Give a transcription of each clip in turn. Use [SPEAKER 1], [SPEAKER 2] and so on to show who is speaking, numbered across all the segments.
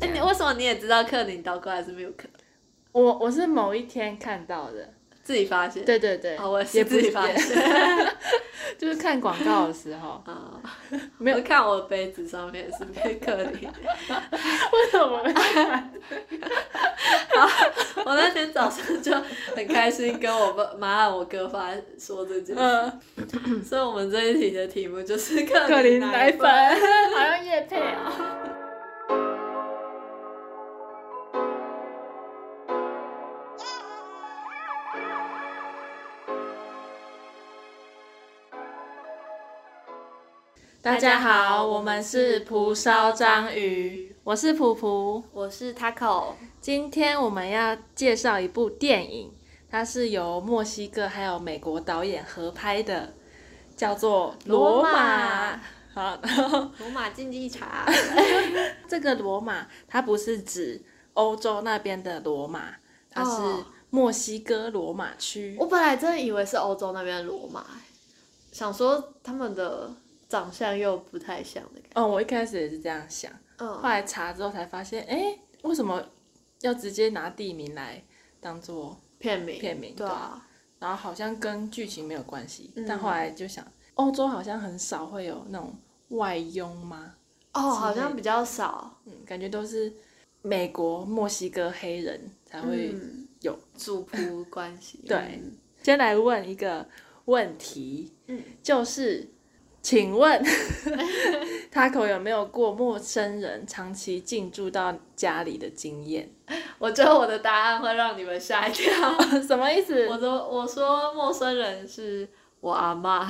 [SPEAKER 1] 哎你为什么你也知道克林导购还是 milk？
[SPEAKER 2] 我我是某一天看到的，
[SPEAKER 1] 自己发现？
[SPEAKER 2] 对对对，
[SPEAKER 1] 哦，我也
[SPEAKER 2] 也
[SPEAKER 1] 是
[SPEAKER 2] 不
[SPEAKER 1] 自己发
[SPEAKER 2] 也
[SPEAKER 1] 现。，
[SPEAKER 2] 就是看广告的时候
[SPEAKER 1] 啊，
[SPEAKER 2] 没有
[SPEAKER 1] 我看我杯子上面是被克 林。
[SPEAKER 2] 为什么？
[SPEAKER 1] 我那天早上就很开心，跟我爸妈和我哥发说这件事，
[SPEAKER 2] 嗯，
[SPEAKER 1] 所以我们这一题的题目就是
[SPEAKER 2] 克
[SPEAKER 1] 克
[SPEAKER 2] 林
[SPEAKER 1] 林
[SPEAKER 2] 奶粉
[SPEAKER 1] 粉。
[SPEAKER 2] 好像叶配啊。大家好，我们是蒲烧章鱼，我是蒲蒲。
[SPEAKER 1] 我是 Taco，
[SPEAKER 2] 今天我们要介绍一部电影，它是由墨西哥还有美国导演合拍的，叫做《罗马》。好，然后
[SPEAKER 1] 罗马竞技 场。
[SPEAKER 2] 这个罗马它不是指欧洲那边的罗马，它是
[SPEAKER 1] 哦
[SPEAKER 2] 墨西哥罗马区。
[SPEAKER 1] 我本来真的以为是欧洲那边的罗马，想说他们的长相又不太像的感觉。
[SPEAKER 2] 嗯，我一开始也是这样想，后
[SPEAKER 1] 嗯，
[SPEAKER 2] 来查之后才发现，哎，为什么要直接拿地名来当做？
[SPEAKER 1] 片名，
[SPEAKER 2] 片名
[SPEAKER 1] 对啊，
[SPEAKER 2] 然后好像跟剧情没有关系，
[SPEAKER 1] 嗯
[SPEAKER 2] 但后来就想，欧洲好像很少会有那种外佣吗？
[SPEAKER 1] 哦，好
[SPEAKER 2] 之类
[SPEAKER 1] 像
[SPEAKER 2] 的
[SPEAKER 1] 比较少，
[SPEAKER 2] 嗯，感觉都是美国、墨西哥黑人才会。
[SPEAKER 1] 嗯
[SPEAKER 2] 有
[SPEAKER 1] 主仆关系。
[SPEAKER 2] 对
[SPEAKER 1] 嗯
[SPEAKER 2] 先来问一个问题，
[SPEAKER 1] 嗯，
[SPEAKER 2] 就是，请问 Taco 有没有过陌生人长期进驻到家里的经验？
[SPEAKER 1] 我觉得我的答案会让你们吓一跳。
[SPEAKER 2] 什么意思
[SPEAKER 1] 我说我说陌生人是我阿妈，
[SPEAKER 2] 啊？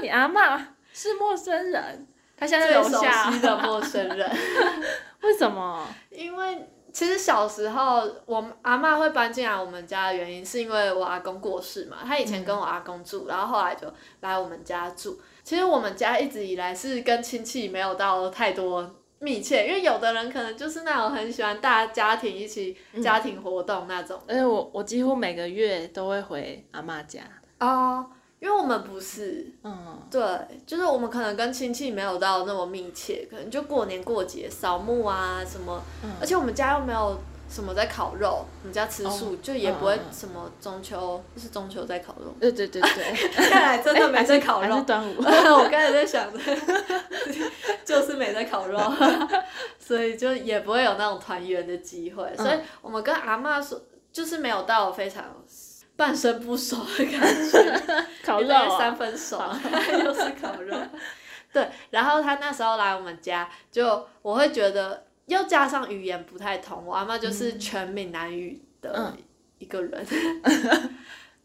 [SPEAKER 2] 你阿嬷是陌生人？她现在
[SPEAKER 1] 最
[SPEAKER 2] 在楼
[SPEAKER 1] 熟
[SPEAKER 2] 下
[SPEAKER 1] 悉，的陌生人。
[SPEAKER 2] 为什么？
[SPEAKER 1] 因为其实小时候我们阿嬷会搬进来我们家的原因，是因为我阿公过世嘛。他以前跟我阿公住，然后后来就来我们家住。其实我们家一直以来是跟亲戚没有到太多密切，因为有的人可能就是那种很喜欢大家庭一起家庭活动那种。
[SPEAKER 2] 而且我我几乎每个月都会回阿嬷家，
[SPEAKER 1] 哦、因为我们不是，
[SPEAKER 2] 嗯，
[SPEAKER 1] 对，就是我们可能跟亲戚没有到那么密切，可能就过年过节扫墓啊什么，
[SPEAKER 2] 嗯
[SPEAKER 1] 而且我们家又没有什么在烤肉，我们家吃素，
[SPEAKER 2] 哦
[SPEAKER 1] 就也不会
[SPEAKER 2] 嗯嗯嗯，
[SPEAKER 1] 什么中秋，就是中秋在烤肉
[SPEAKER 2] 对对对对， 哎
[SPEAKER 1] 看来真的没在烤
[SPEAKER 2] 嗯还
[SPEAKER 1] 肉，
[SPEAKER 2] 是。端 午
[SPEAKER 1] 我刚才在想着，就是没在烤肉， 所以就也不会有那种团圆的机会，
[SPEAKER 2] 嗯
[SPEAKER 1] 所以我们跟阿嬷说，就是没有到非常半生不熟的感觉。
[SPEAKER 2] 烤
[SPEAKER 1] 因
[SPEAKER 2] 肉
[SPEAKER 1] 为
[SPEAKER 2] 啊、
[SPEAKER 1] 三分熟，又是烤肉。 对，然后他那时候来我们家，就我会觉得又加上语言不太通，我阿妈就是全闽南语的
[SPEAKER 2] 嗯
[SPEAKER 1] 一个人，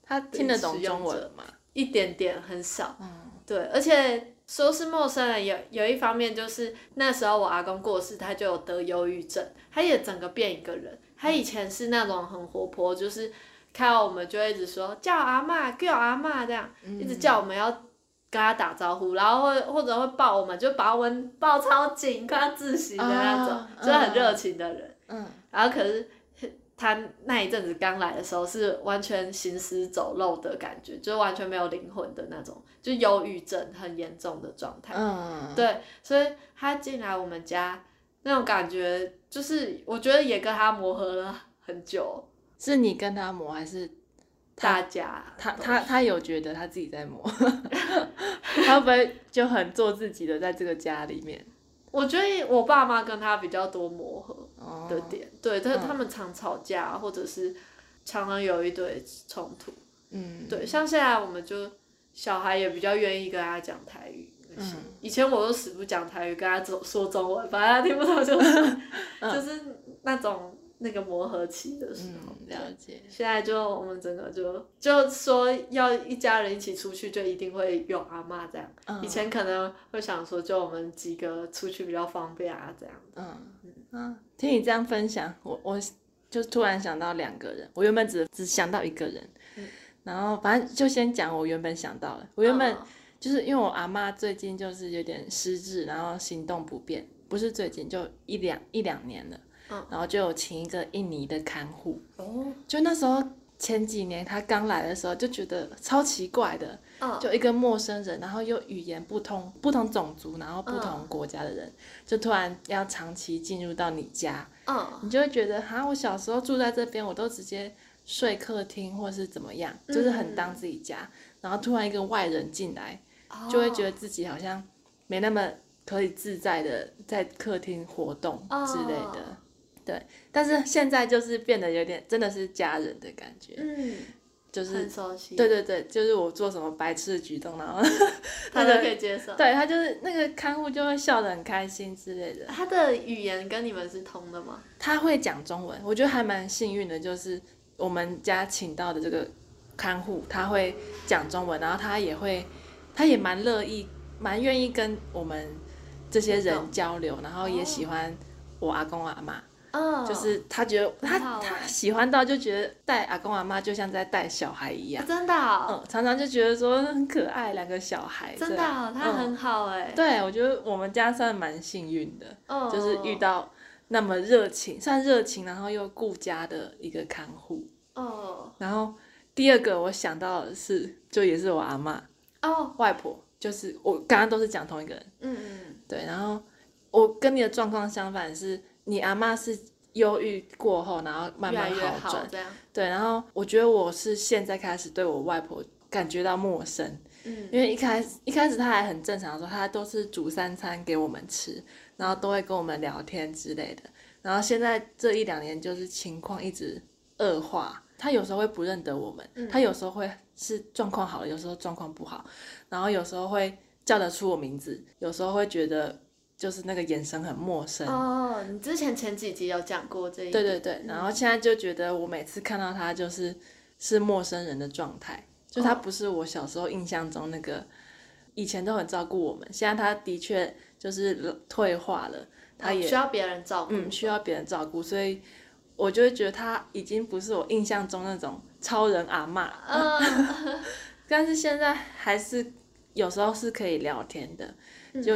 [SPEAKER 2] 他听得懂
[SPEAKER 1] 使用
[SPEAKER 2] 中文
[SPEAKER 1] 者
[SPEAKER 2] 吗？
[SPEAKER 1] 一点点很少。
[SPEAKER 2] 嗯，
[SPEAKER 1] 对，而且说是陌生人，有有一方面就是那时候我阿公过世，他就有得忧郁症，他也整个变一个人。他以前是那种很活泼，就是看到我们就会一直说叫阿嬷，叫阿嬷这样。
[SPEAKER 2] 嗯
[SPEAKER 1] 一直叫我们要跟他打招呼，然后会或者会抱我们，就把我们抱超紧，快要窒息的那种，
[SPEAKER 2] 啊
[SPEAKER 1] 就是很热情的人。
[SPEAKER 2] 嗯，
[SPEAKER 1] 然后可是他那一阵子刚来的时候是完全行尸走肉的感觉，就是完全没有灵魂的那种，就忧郁症很严重的状态。
[SPEAKER 2] 嗯，
[SPEAKER 1] 对，所以他进来我们家那种感觉，就是我觉得也跟他磨合了很久，
[SPEAKER 2] 是你跟他磨还是
[SPEAKER 1] 大家
[SPEAKER 2] 他他他有觉得他自己在 磨？他会不会就很做自己的在这个家里面？
[SPEAKER 1] 我觉得我爸妈跟他比较多磨合。
[SPEAKER 2] 哦
[SPEAKER 1] 的点，对，但
[SPEAKER 2] 嗯
[SPEAKER 1] 他们常吵架，或者是常常有一堆冲突。
[SPEAKER 2] 嗯，
[SPEAKER 1] 对，像现在我们就小孩也比较愿意跟他讲台语。
[SPEAKER 2] 嗯
[SPEAKER 1] 以前我都死不讲台语，跟他走说中文，反正他听不懂就是 就是那种那个磨合期的时候
[SPEAKER 2] 嗯，。了解。
[SPEAKER 1] 现在就我们整个就就说要一家人一起出去，就一定会有阿妈这样。
[SPEAKER 2] 嗯
[SPEAKER 1] 以前可能会想说，就我们几个出去比较方便啊，这样。
[SPEAKER 2] 嗯嗯，听你这样分享，我我就突然想到两个人，我原本只只想到一个人，
[SPEAKER 1] 嗯
[SPEAKER 2] 然后反正就先讲我原本想到的，我原本
[SPEAKER 1] 嗯
[SPEAKER 2] 就是因为我阿妈最近就是有点失智，然后行动不便，不是最近就一两一两年了，
[SPEAKER 1] 嗯
[SPEAKER 2] 然后就有请一个印尼的看护，
[SPEAKER 1] 哦，
[SPEAKER 2] 就那时候前几年他刚来的时候就觉得超奇怪的，
[SPEAKER 1] 嗯
[SPEAKER 2] 就一个陌生人，然后又语言不通、不同种族，然后不同国家的人，就突然要长期进入到你家，
[SPEAKER 1] 嗯
[SPEAKER 2] 你就会觉得哈，我小时候住在这边，我都直接睡客厅或是怎么样，就是很当自己家，然后突然一个外人进来，
[SPEAKER 1] 嗯
[SPEAKER 2] 就
[SPEAKER 1] 哦
[SPEAKER 2] 会觉得自己好像没那么可以自在的在客厅活动之类的。
[SPEAKER 1] 哦
[SPEAKER 2] 对，但是现在就是变得有点真的是家人的感觉，
[SPEAKER 1] 嗯，
[SPEAKER 2] 就
[SPEAKER 1] 很
[SPEAKER 2] 是
[SPEAKER 1] 熟悉，
[SPEAKER 2] 对，对对，就是我做什么白痴的举动，然后
[SPEAKER 1] 他
[SPEAKER 2] 那
[SPEAKER 1] 都
[SPEAKER 2] 个
[SPEAKER 1] 可以接受。
[SPEAKER 2] 对他就是那个看护就会笑得很开心之类的。
[SPEAKER 1] 他的语言跟你们是通的吗？
[SPEAKER 2] 他会讲中文，我觉得还蛮幸运的，就是我们家请到的这个看护，他会讲中文，然后他也会，他也蛮乐意，蛮愿意跟我们这些
[SPEAKER 1] 互动
[SPEAKER 2] 人交流，然后也喜欢我阿公阿妈，
[SPEAKER 1] 嗯，
[SPEAKER 2] 就是他觉得他
[SPEAKER 1] 很好
[SPEAKER 2] 他
[SPEAKER 1] 欸
[SPEAKER 2] 喜欢到就觉得带阿公阿妈就像在带小孩一
[SPEAKER 1] 啊
[SPEAKER 2] 样，
[SPEAKER 1] 真的哦，
[SPEAKER 2] 嗯，常常就觉得说很可爱，两个小孩，
[SPEAKER 1] 真
[SPEAKER 2] 这
[SPEAKER 1] 的
[SPEAKER 2] 样
[SPEAKER 1] 哦，他很好哎，
[SPEAKER 2] 对，我觉得我们家算蛮幸运的。
[SPEAKER 1] 嗯
[SPEAKER 2] 就是遇到那么热情，算热情，然后又顾家的一个看护。
[SPEAKER 1] 哦
[SPEAKER 2] 然后第二个我想到的是，就也是我阿妈、
[SPEAKER 1] 哦，
[SPEAKER 2] 外婆，就是我刚刚都是讲同一个人，
[SPEAKER 1] 嗯嗯，
[SPEAKER 2] 对。然后我跟你的状况相反是，你阿妈是忧郁过后，然后慢
[SPEAKER 1] 越来
[SPEAKER 2] 慢
[SPEAKER 1] 越
[SPEAKER 2] 转，
[SPEAKER 1] 好这样，
[SPEAKER 2] 对。然后我觉得我是现在开始对我外婆感觉到陌生，
[SPEAKER 1] 嗯
[SPEAKER 2] 因为一开始一开始他还很正常的时候，他都是煮三餐给我们吃，然后都会跟我们聊天之类的。然后现在这一两年就是情况一直恶化，他有时候会不认得我们，
[SPEAKER 1] 嗯
[SPEAKER 2] 他有时候会是状况好了，有时候状况不好，然后有时候会叫得出我名字，有时候会觉得就是那个眼神很陌生。
[SPEAKER 1] 哦，你之前前几集有讲过这一
[SPEAKER 2] 对对
[SPEAKER 1] 点，哦
[SPEAKER 2] 对，然后现在就觉得我每次看到他就是是陌生人的状态，就他
[SPEAKER 1] 哦
[SPEAKER 2] 不是我小时候印象中那个以前都很照顾我们，现在他的确就是退化了，他
[SPEAKER 1] 哦
[SPEAKER 2] 也
[SPEAKER 1] 需要别人照顾，
[SPEAKER 2] 嗯需要别人照顾，所以我就会觉得他已经不是我印象中那种超人阿嬷，
[SPEAKER 1] 嗯，
[SPEAKER 2] 但是现在还是有时候是可以聊天的，就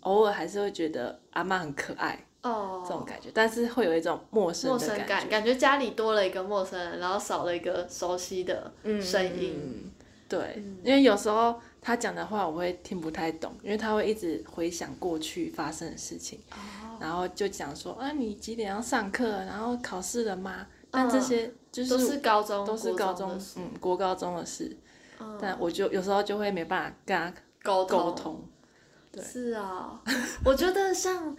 [SPEAKER 2] 偶尔还是会觉得阿嬷很可爱
[SPEAKER 1] 哦
[SPEAKER 2] 这种感觉，但是会有一种陌生
[SPEAKER 1] 陌
[SPEAKER 2] 的
[SPEAKER 1] 生
[SPEAKER 2] 感觉。
[SPEAKER 1] 感，感觉家里多了一个陌生人，然后少了一个熟悉的声音。
[SPEAKER 2] 嗯对，因为有时候他讲的话我会听不太懂，因为他会一直回想过去发生的事情，
[SPEAKER 1] 哦，
[SPEAKER 2] 然后就讲说啊，你几点要上课，然后考试了吗？但这些就
[SPEAKER 1] 嗯都
[SPEAKER 2] 是
[SPEAKER 1] 是高中，
[SPEAKER 2] 都是
[SPEAKER 1] 国
[SPEAKER 2] 高
[SPEAKER 1] 中
[SPEAKER 2] 中
[SPEAKER 1] 的事，
[SPEAKER 2] 嗯，国高中的事，
[SPEAKER 1] 嗯，
[SPEAKER 2] 但我就有时候就会没办法跟他
[SPEAKER 1] 沟
[SPEAKER 2] 沟
[SPEAKER 1] 通
[SPEAKER 2] 通。对
[SPEAKER 1] 是啊、 我觉得像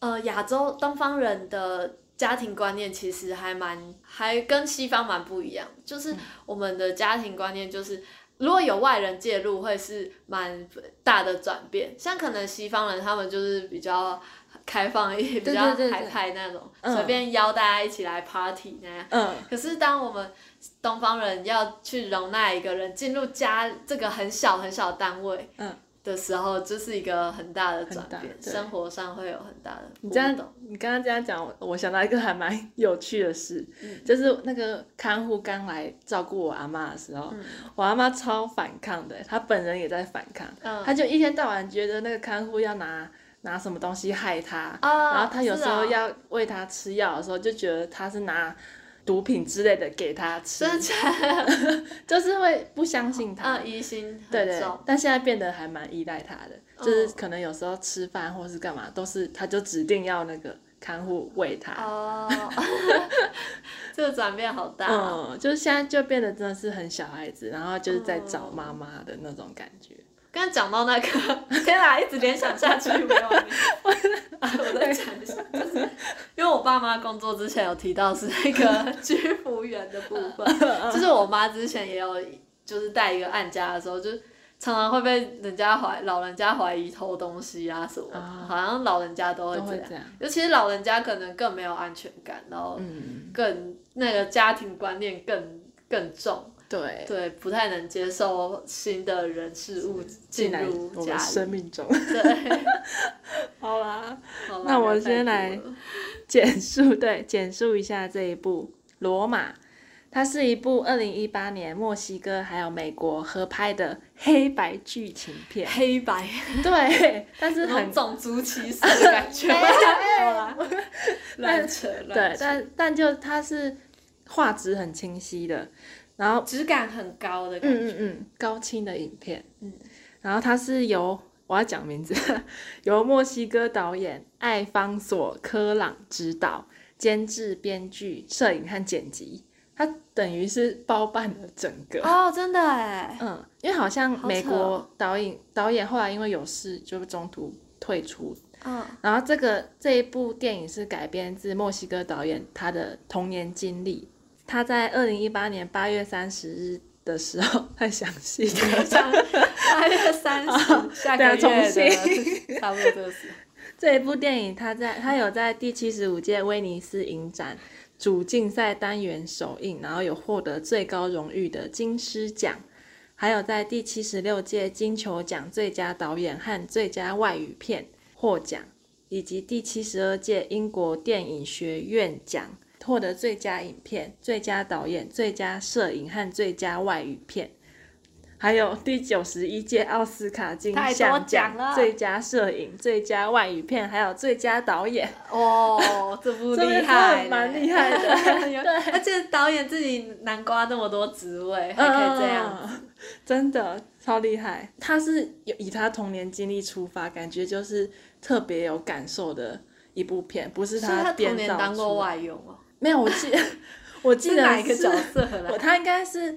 [SPEAKER 1] 呃亚洲东方人的家庭观念其实还蛮还跟西方蛮不一样，
[SPEAKER 2] 嗯
[SPEAKER 1] 就是我们的家庭观念就是。如果有外人介入，会是蛮大的转变。像可能西方人，他们就是比较开放一点，比
[SPEAKER 2] 对
[SPEAKER 1] 较
[SPEAKER 2] 对对
[SPEAKER 1] 海
[SPEAKER 2] 对
[SPEAKER 1] 派那种，
[SPEAKER 2] 嗯
[SPEAKER 1] 随便邀大家一起来 party 那样。
[SPEAKER 2] 嗯，
[SPEAKER 1] 可是当我们东方人要去容纳一个人进入家这个很小很小的单位，
[SPEAKER 2] 嗯，
[SPEAKER 1] 的时候，就是一个很大的转
[SPEAKER 2] 很
[SPEAKER 1] 变
[SPEAKER 2] 大，对
[SPEAKER 1] 生活上会有很大的
[SPEAKER 2] 你
[SPEAKER 1] 波
[SPEAKER 2] 这样
[SPEAKER 1] 动。，
[SPEAKER 2] 你刚刚这样讲，我我想到一个还蛮有趣的事，
[SPEAKER 1] 嗯
[SPEAKER 2] 就是那个看护刚来照顾我阿妈的时候，
[SPEAKER 1] 嗯
[SPEAKER 2] 我阿妈超反抗的，她本人也在反抗，
[SPEAKER 1] 嗯
[SPEAKER 2] 她就一天到晚觉得那个看护要拿拿什么东西害她，
[SPEAKER 1] 啊，
[SPEAKER 2] 然后她有时候
[SPEAKER 1] 是啊
[SPEAKER 2] 要喂她吃药的时候，就觉得她是拿毒品之类的给她吃，
[SPEAKER 1] 真假，
[SPEAKER 2] 就是会不相信她。
[SPEAKER 1] 嗯，疑心很
[SPEAKER 2] 对对
[SPEAKER 1] 重，
[SPEAKER 2] 但现在变得还蛮依赖他的，
[SPEAKER 1] 嗯
[SPEAKER 2] 就是可能有时候吃饭或是干嘛，都是他就指定要那个看护喂他。
[SPEAKER 1] 哦， 这个转变好大哦、
[SPEAKER 2] 嗯，就是现在就变得真的是很小孩子，然后就是在找妈妈的那种感觉。
[SPEAKER 1] 刚刚讲到那个，天哪，一直联想下 去，没有。我再讲一下，就是因为我爸妈工作之前有提到是那个居服员的部分， 就是我妈之前也有就是带一个案家的时候，就是常常会被人家怀老人家怀疑偷东西啊什么，
[SPEAKER 2] 啊
[SPEAKER 1] 好像老人家都会
[SPEAKER 2] 都
[SPEAKER 1] 这
[SPEAKER 2] 会
[SPEAKER 1] 样，
[SPEAKER 2] 这样
[SPEAKER 1] 尤其是老人家可能更没有安全感，然后
[SPEAKER 2] 嗯，
[SPEAKER 1] 更那个家庭观念更更重。
[SPEAKER 2] 对，
[SPEAKER 1] 对，不太能接受新的人事物进
[SPEAKER 2] 来
[SPEAKER 1] 入
[SPEAKER 2] 我
[SPEAKER 1] 家
[SPEAKER 2] 们
[SPEAKER 1] 里。
[SPEAKER 2] 生命中。
[SPEAKER 1] 对，
[SPEAKER 2] 好啦，
[SPEAKER 1] 好啦
[SPEAKER 2] 那我
[SPEAKER 1] 聊太
[SPEAKER 2] 先
[SPEAKER 1] 多
[SPEAKER 2] 来
[SPEAKER 1] 了
[SPEAKER 2] 简述对简述一下这一部《罗马》，它是一部二零一八年墨西哥还有美国合拍的黑白剧情 片。
[SPEAKER 1] 黑白，
[SPEAKER 2] 对，但是
[SPEAKER 1] 这
[SPEAKER 2] 很哎
[SPEAKER 1] 种种族歧视的 感觉。好啦，乱扯乱扯。
[SPEAKER 2] 对，但但就它是画质很清晰的，然后
[SPEAKER 1] 质感很高的感觉。
[SPEAKER 2] 嗯嗯嗯，高清的影片，
[SPEAKER 1] 嗯，
[SPEAKER 2] 然后它是由我要讲名字， 由墨西哥导演艾方索·科朗执导、监制、编剧、摄影和剪辑，它等于是包办了整个。
[SPEAKER 1] 哦，真的哎，
[SPEAKER 2] 嗯，因为好像
[SPEAKER 1] 好
[SPEAKER 2] 美
[SPEAKER 1] 扯
[SPEAKER 2] 国
[SPEAKER 1] 哦
[SPEAKER 2] 导演导演后来因为有事就中途退出，
[SPEAKER 1] 嗯，
[SPEAKER 2] 然后这个这一部电影是改编自墨西哥导演他的童年经历，他在二零一八年八月三十日的时候太详细了，
[SPEAKER 1] 像八月三十下个
[SPEAKER 2] 哦啊重
[SPEAKER 1] 月
[SPEAKER 2] 新
[SPEAKER 1] 的，差不多就是。
[SPEAKER 2] 这一部电影，它在它有在第七十五届威尼斯影展主竞赛单元首映，然后有获得最高荣誉的金狮奖，还有在第七十六届金球奖最佳导演和最佳外语片获奖，以及第七十二届英国电影学院奖获得最佳影片、最佳导演、最佳摄影和最佳外语片。还有第九十一届奥斯卡金
[SPEAKER 1] 太多
[SPEAKER 2] 像
[SPEAKER 1] 奖
[SPEAKER 2] 奖
[SPEAKER 1] 了
[SPEAKER 2] 最佳摄影、最佳外语片，还有最佳导演。
[SPEAKER 1] 哦，这部
[SPEAKER 2] 这部
[SPEAKER 1] 厉害
[SPEAKER 2] 真的
[SPEAKER 1] 嘞，
[SPEAKER 2] 蛮 厉害的
[SPEAKER 1] 有
[SPEAKER 2] 对
[SPEAKER 1] 而且导演自己南瓜那么多职位，还可以这样。
[SPEAKER 2] 嗯，真的超厉害。他是有以他童年经历出发，感觉就是特别有感受的一部片，不是
[SPEAKER 1] 所以他童
[SPEAKER 2] 编
[SPEAKER 1] 年
[SPEAKER 2] 造
[SPEAKER 1] 当过
[SPEAKER 2] 出来。
[SPEAKER 1] 外佣哦，
[SPEAKER 2] 没有，我记我记
[SPEAKER 1] 是
[SPEAKER 2] 得
[SPEAKER 1] 哪一个
[SPEAKER 2] 是
[SPEAKER 1] 角色 啦
[SPEAKER 2] 我？他应该是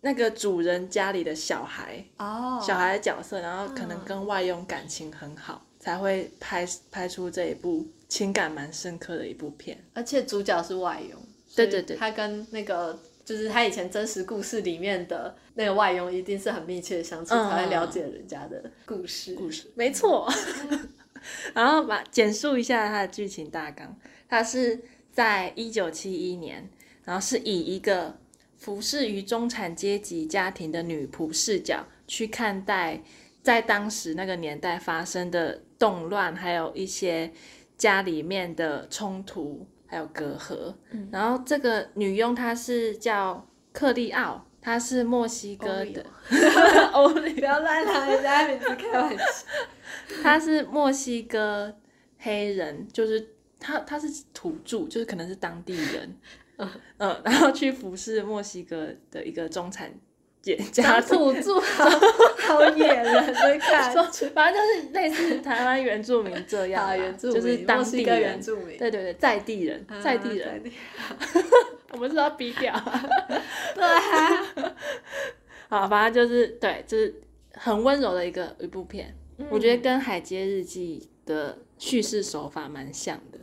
[SPEAKER 2] 那个主人家里的小孩，
[SPEAKER 1] 哦，
[SPEAKER 2] 小孩的角色，然后可能
[SPEAKER 1] 嗯
[SPEAKER 2] 跟外佣感情很好，才会拍拍出这一部情感蛮深刻的一部片。
[SPEAKER 1] 而且主角是外佣，
[SPEAKER 2] 对
[SPEAKER 1] 所以
[SPEAKER 2] 对对
[SPEAKER 1] 他跟那个就是他以前真实故事里面的那个外佣一定是很密切的相处，
[SPEAKER 2] 嗯
[SPEAKER 1] 才会了解人家的故事。
[SPEAKER 2] 故事，没错。 然后把简述一下它的剧情大纲，它是在一九七一年，然后是以一个服侍于中产阶级家庭的女仆视角去看待在当时那个年代发生的动乱，还有一些家里面的冲突，还有隔阂。
[SPEAKER 1] 嗯
[SPEAKER 2] 然后这个女佣她是叫克利奥，她是墨西哥的欧 里
[SPEAKER 1] 哦 不要乱拿人家的名字开玩笑。
[SPEAKER 2] 他是墨西哥黑人，就是他他是土著，就是可能是当地人，嗯嗯，然后去服侍墨西哥的一个中产阶家
[SPEAKER 1] 长
[SPEAKER 2] 族。
[SPEAKER 1] 土著好好野 人的感觉。
[SPEAKER 2] 说反正就是类似台湾原住民这样啦，
[SPEAKER 1] 啊，原住民，
[SPEAKER 2] 就是当
[SPEAKER 1] 墨
[SPEAKER 2] 地
[SPEAKER 1] 西哥原
[SPEAKER 2] 人，
[SPEAKER 1] 住民，
[SPEAKER 2] 对对对，在地人，在地人，
[SPEAKER 1] 啊，
[SPEAKER 2] 我们是要逼掉。
[SPEAKER 1] 对啊，
[SPEAKER 2] 好，反正就是对，就是很温柔的一个一部片，
[SPEAKER 1] 嗯
[SPEAKER 2] 我觉得跟《海街日记》的叙事手法蛮像的。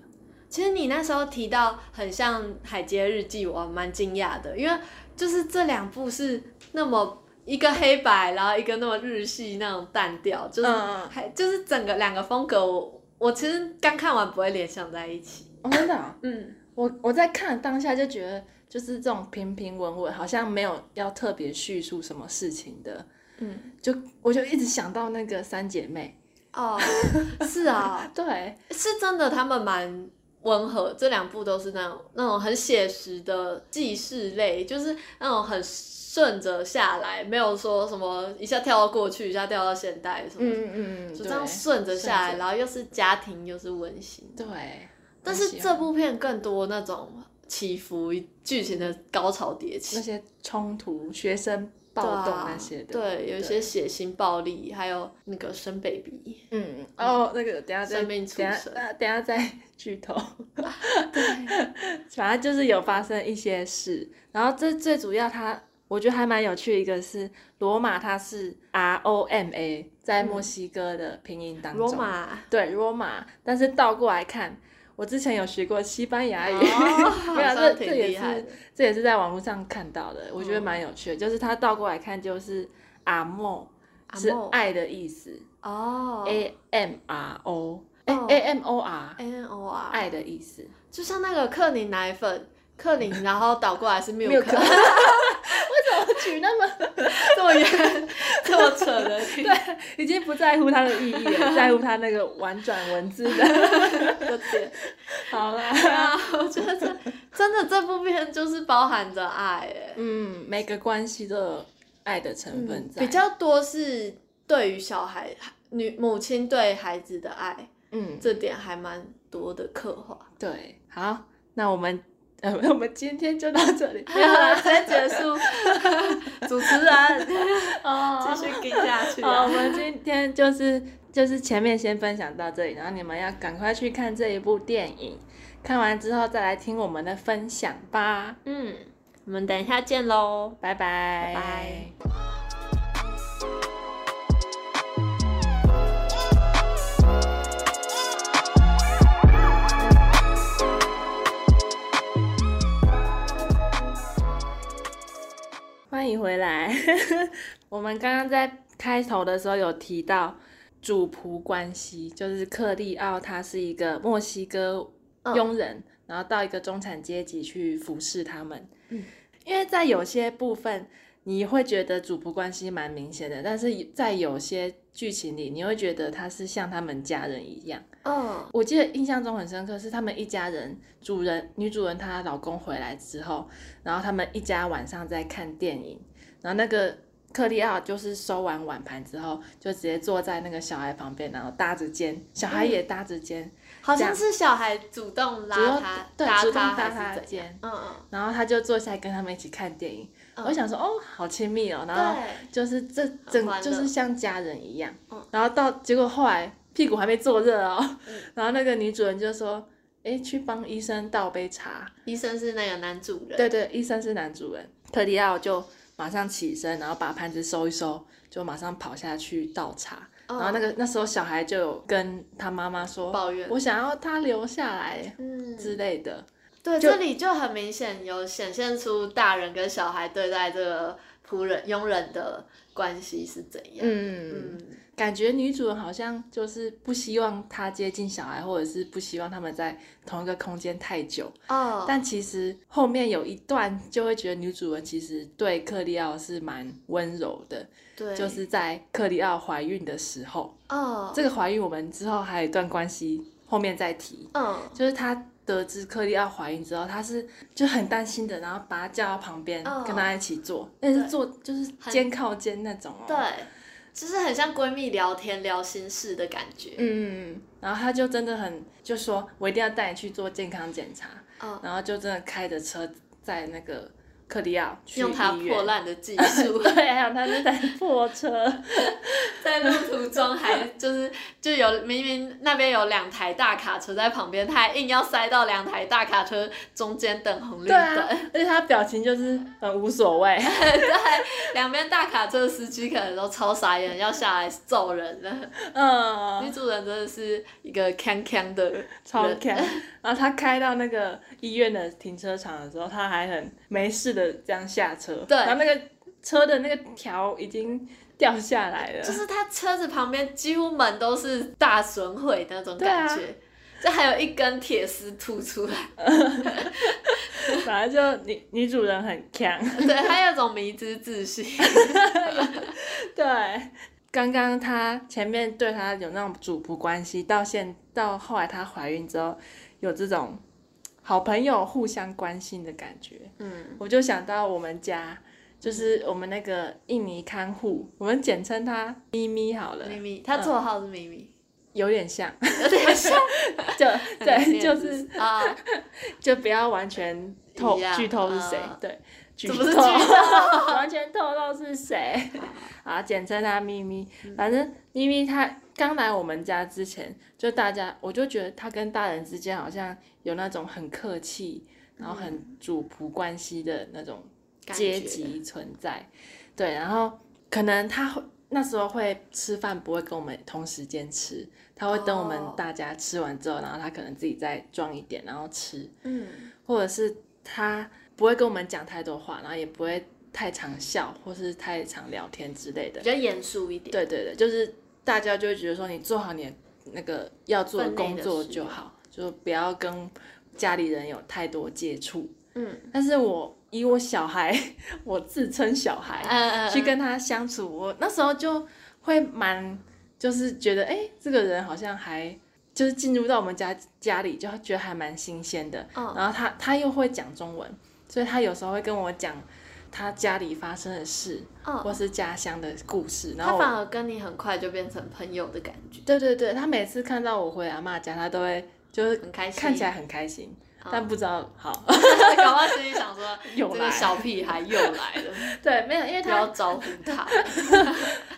[SPEAKER 1] 其实你那时候提到很像《海街日记》，我蛮惊讶的，因为就是这两部是那么一个黑白，然后一个那么日系那种淡调，就是
[SPEAKER 2] 嗯嗯
[SPEAKER 1] 还、就是整个两个风格我，我其实刚看完不会联想在一起。
[SPEAKER 2] 哦，真的、哦。
[SPEAKER 1] 嗯，
[SPEAKER 2] 我我在看当下就觉得，就是这种平平稳稳，好像没有要特别叙述什么事情的。
[SPEAKER 1] 嗯，
[SPEAKER 2] 就我就一直想到那个三姐妹，
[SPEAKER 1] 哦，是啊、
[SPEAKER 2] 对，
[SPEAKER 1] 是真的，他们蛮温和，这两部都是那种那种很写实的记事类，就是那种很顺着下来，没有说什么一下跳到过去，一下跳到现代什么的，
[SPEAKER 2] 嗯嗯
[SPEAKER 1] 就这样顺着下来，
[SPEAKER 2] 顺
[SPEAKER 1] 然后又是家庭又是温馨。
[SPEAKER 2] 着对。
[SPEAKER 1] 但
[SPEAKER 2] 我
[SPEAKER 1] 是
[SPEAKER 2] 喜欢
[SPEAKER 1] 这部片更多那种起伏剧情的高潮迭
[SPEAKER 2] 那
[SPEAKER 1] 起。
[SPEAKER 2] 些冲突、学生暴动那些的，
[SPEAKER 1] 对啊，对，有一些血腥暴力，还有那个生 baby，
[SPEAKER 2] 嗯，哦，那个等一下再
[SPEAKER 1] 生命啊
[SPEAKER 2] 等一
[SPEAKER 1] 畜
[SPEAKER 2] 下
[SPEAKER 1] 生
[SPEAKER 2] 呃等一下再 剧透， 反正就是有发生一些事，然后这最主要它我觉得还蛮有趣，一个是罗马它是 R O M A 在墨西哥的拼音当
[SPEAKER 1] 嗯
[SPEAKER 2] 中，
[SPEAKER 1] 罗 马，
[SPEAKER 2] 对罗马，但是倒过来看，我之前有学过西班牙语，
[SPEAKER 1] 哦
[SPEAKER 2] 没有
[SPEAKER 1] 好
[SPEAKER 2] 啊
[SPEAKER 1] 像
[SPEAKER 2] 这这
[SPEAKER 1] 挺
[SPEAKER 2] 也
[SPEAKER 1] 厉害
[SPEAKER 2] 是
[SPEAKER 1] 的。哦
[SPEAKER 2] 这也是在网络上看到的，我觉得蛮有趣的，就是它倒过来看就是阿莫
[SPEAKER 1] 阿
[SPEAKER 2] 是
[SPEAKER 1] 莫
[SPEAKER 2] 爱的意思。
[SPEAKER 1] 哦
[SPEAKER 2] A M R O，哎
[SPEAKER 1] 哦
[SPEAKER 2] ，A M O R，
[SPEAKER 1] N O R，
[SPEAKER 2] 爱的意思。
[SPEAKER 1] 就像那个克林奶粉，克林，然后倒过来是
[SPEAKER 2] 没有
[SPEAKER 1] milk，
[SPEAKER 2] 可，为什么 取那么？
[SPEAKER 1] 这么远，这么扯的，
[SPEAKER 2] 对，已经不在乎它的意义了，在乎它那个婉转文字的。
[SPEAKER 1] 有点。
[SPEAKER 2] 好啦，
[SPEAKER 1] 对啊，我觉得这真的这部片就是包含着爱，哎，
[SPEAKER 2] 嗯，每个关系都有爱的成分在。
[SPEAKER 1] 比，较多是对于小孩、女母亲对孩子的爱，
[SPEAKER 2] 嗯，
[SPEAKER 1] 这点还蛮多的刻画。
[SPEAKER 2] 对。好，那我们呃， 我们今天就到这里，
[SPEAKER 1] 没有了，直接结束。 主持人
[SPEAKER 2] 哦
[SPEAKER 1] 继续跟下去
[SPEAKER 2] 好，我
[SPEAKER 1] 啊！
[SPEAKER 2] 们今天就是就是前面先分享到这里，然后你们要赶快去看这一部电影，看完之后再来听我们的分享吧，
[SPEAKER 1] 嗯，我们等一下见喽。
[SPEAKER 2] 拜拜。
[SPEAKER 1] 拜拜
[SPEAKER 2] 欢迎回来。 我们刚刚在开头的时候有提到主仆关系，就是克利奥他是一个墨西哥佣人，然后到一个中产阶级去服侍他们。
[SPEAKER 1] 嗯，
[SPEAKER 2] 因为在有些部分你会觉得主仆关系蛮明显的，但是在有些剧情里，你会觉得他是像他们家人一样。
[SPEAKER 1] 嗯
[SPEAKER 2] 我记得印象中很深刻是他们一家人，主人女主人她老公回来之后，然后他们一家晚上在看电影，然后那个克利奥就是收完碗盘之后，就直接坐在那个小孩旁边，然后搭着肩，小孩也搭着肩，
[SPEAKER 1] 好像是小孩主动
[SPEAKER 2] 主
[SPEAKER 1] 嗯拉
[SPEAKER 2] 动
[SPEAKER 1] 他，
[SPEAKER 2] 对
[SPEAKER 1] 搭
[SPEAKER 2] 主动
[SPEAKER 1] 他
[SPEAKER 2] 搭
[SPEAKER 1] 还
[SPEAKER 2] 他
[SPEAKER 1] 是
[SPEAKER 2] 的
[SPEAKER 1] 怎样？
[SPEAKER 2] 肩，
[SPEAKER 1] 嗯嗯，
[SPEAKER 2] 然后他就坐下来跟他们一起看电影。我想说哦，好亲密哦，然后
[SPEAKER 1] 对，
[SPEAKER 2] 就是这
[SPEAKER 1] 很欢
[SPEAKER 2] 整
[SPEAKER 1] 乐
[SPEAKER 2] 就是像家人一样
[SPEAKER 1] 嗯，
[SPEAKER 2] 然后到结果后来屁股还没坐热哦，
[SPEAKER 1] 嗯
[SPEAKER 2] 然后那个女主人就说。诶，去帮医生倒杯茶。
[SPEAKER 1] 医生是那个男主人，
[SPEAKER 2] 对对，医生是男主人。特里奥就马上起身，然后把盘子收一收，就马上跑下去倒茶。
[SPEAKER 1] 嗯，
[SPEAKER 2] 然后那个那时候小孩就有跟他妈妈说，
[SPEAKER 1] 抱怨
[SPEAKER 2] 我想要他留下来
[SPEAKER 1] 嗯，
[SPEAKER 2] 之类的。
[SPEAKER 1] 对，
[SPEAKER 2] 就
[SPEAKER 1] 这里就很明显有显现出大人跟小孩对待这个仆人佣人的关系是怎样。
[SPEAKER 2] 嗯，
[SPEAKER 1] 嗯
[SPEAKER 2] 感觉女主人好像就是不希望他接近小孩，或者是不希望他们在同一个空间太久。
[SPEAKER 1] 哦，
[SPEAKER 2] 但其实后面有一段就会觉得女主人其实对克利奥是蛮温柔的，
[SPEAKER 1] 对，
[SPEAKER 2] 就是在克利奥怀孕的时候，
[SPEAKER 1] 哦，
[SPEAKER 2] 这个怀孕我们之后还有一段关系后面再提，
[SPEAKER 1] 嗯
[SPEAKER 2] 就是她得知克利奥怀孕之后，她是就很担心的，然后把她叫到旁边、
[SPEAKER 1] 嗯
[SPEAKER 2] 跟她一起坐，但是
[SPEAKER 1] 对
[SPEAKER 2] 坐就是
[SPEAKER 1] 很
[SPEAKER 2] 肩靠肩那种哦。
[SPEAKER 1] 对，就是很像闺蜜聊天聊心事的感觉。
[SPEAKER 2] 嗯，然后他就真的很就说，我一定要带你去做健康检查，
[SPEAKER 1] 嗯，
[SPEAKER 2] 然后就真的开着车在那个克利奥去
[SPEAKER 1] 用她
[SPEAKER 2] 医院
[SPEAKER 1] 破，烂的技术，
[SPEAKER 2] 对，还有他那台破车，
[SPEAKER 1] 在路途中还就是就有明明那边有两台大卡车在旁边，她还硬要塞到两台大卡车中间等红绿
[SPEAKER 2] 对啊
[SPEAKER 1] 灯，，
[SPEAKER 2] 而且他表情就是很无所谓，
[SPEAKER 1] 两边大卡车的司机可能都超傻眼，要下来揍人了。女
[SPEAKER 2] 嗯，
[SPEAKER 1] 主人真的是一个锵锵的人，
[SPEAKER 2] 超强。然后他开到那个医院的停车场的时候，他还很没事的这样下车，
[SPEAKER 1] 对
[SPEAKER 2] 然后那个车的那个条已经掉下来 了，
[SPEAKER 1] 就是她车子旁边几乎门都是大损毁那种感
[SPEAKER 2] 对啊
[SPEAKER 1] 觉，这还有一根铁丝凸出来。
[SPEAKER 2] 反正就女女主人很强。
[SPEAKER 1] 对他有种迷之自信，
[SPEAKER 2] 对，刚刚她前面对她有那种主仆关系，到现到后来她怀孕之后，有这种好朋友互相关心的感觉，
[SPEAKER 1] 嗯，
[SPEAKER 2] 我就想到我们家。就是我们那个印尼看护，我们简称她咪咪嗯好了，
[SPEAKER 1] 咪咪，他绰号是咪 咪，
[SPEAKER 2] 有点像，
[SPEAKER 1] 有点像，
[SPEAKER 2] 就
[SPEAKER 1] 很
[SPEAKER 2] 对，
[SPEAKER 1] 明显
[SPEAKER 2] 就是
[SPEAKER 1] 啊，
[SPEAKER 2] 就不要完全透
[SPEAKER 1] 一样
[SPEAKER 2] 剧透是谁，
[SPEAKER 1] 嗯
[SPEAKER 2] 对，剧
[SPEAKER 1] 这不是剧
[SPEAKER 2] 完全透露是谁，啊，简称他咪咪。
[SPEAKER 1] 嗯
[SPEAKER 2] 反正咪咪他刚来我们家之前，就大家我就觉得他跟大人之间好像有那种很客气，然后
[SPEAKER 1] 嗯
[SPEAKER 2] 很主仆关系的那种
[SPEAKER 1] 感
[SPEAKER 2] 阶
[SPEAKER 1] 觉
[SPEAKER 2] 级存在，对，然后可能他会那时候会吃饭不会跟我们同时间吃，他会等我们
[SPEAKER 1] 哦
[SPEAKER 2] 大家吃完之后，然后他可能自己再装一点，然后吃，
[SPEAKER 1] 嗯，
[SPEAKER 2] 或者是他不会跟我们讲太多话，然后也不会太常笑或是太常聊天之类的
[SPEAKER 1] 比。较严肃一点，
[SPEAKER 2] 对对对，就是大家就会觉得说你做好你的那个要做的
[SPEAKER 1] 分内的
[SPEAKER 2] 工作
[SPEAKER 1] 事
[SPEAKER 2] 就好，就不要跟家里人有太多接触。
[SPEAKER 1] 嗯
[SPEAKER 2] 但是我以我小孩， 我自称小孩，
[SPEAKER 1] 嗯嗯，
[SPEAKER 2] 去跟他相处，我那时候就会蛮，就是觉得，哎、这个人好像还就是进入到我们家家里，就觉得还蛮新鲜的。
[SPEAKER 1] 嗯
[SPEAKER 2] 然后他他又会讲中文，所以他有时候会跟我讲他家里发生的事，
[SPEAKER 1] 嗯，
[SPEAKER 2] 或是家乡的故事。然
[SPEAKER 1] 他
[SPEAKER 2] 后
[SPEAKER 1] 反
[SPEAKER 2] 我
[SPEAKER 1] 而跟你很快就变成朋友的感觉，
[SPEAKER 2] 对对对，他每次看到我回阿妈家，他都会就是
[SPEAKER 1] 很开心，嗯
[SPEAKER 2] 看起来很开心。但不知道 好
[SPEAKER 1] 搞不好心里想说，
[SPEAKER 2] 又
[SPEAKER 1] 这
[SPEAKER 2] 来
[SPEAKER 1] 个小屁孩又来了，
[SPEAKER 2] 对， 没有，因为
[SPEAKER 1] 不
[SPEAKER 2] 他
[SPEAKER 1] 要招呼他。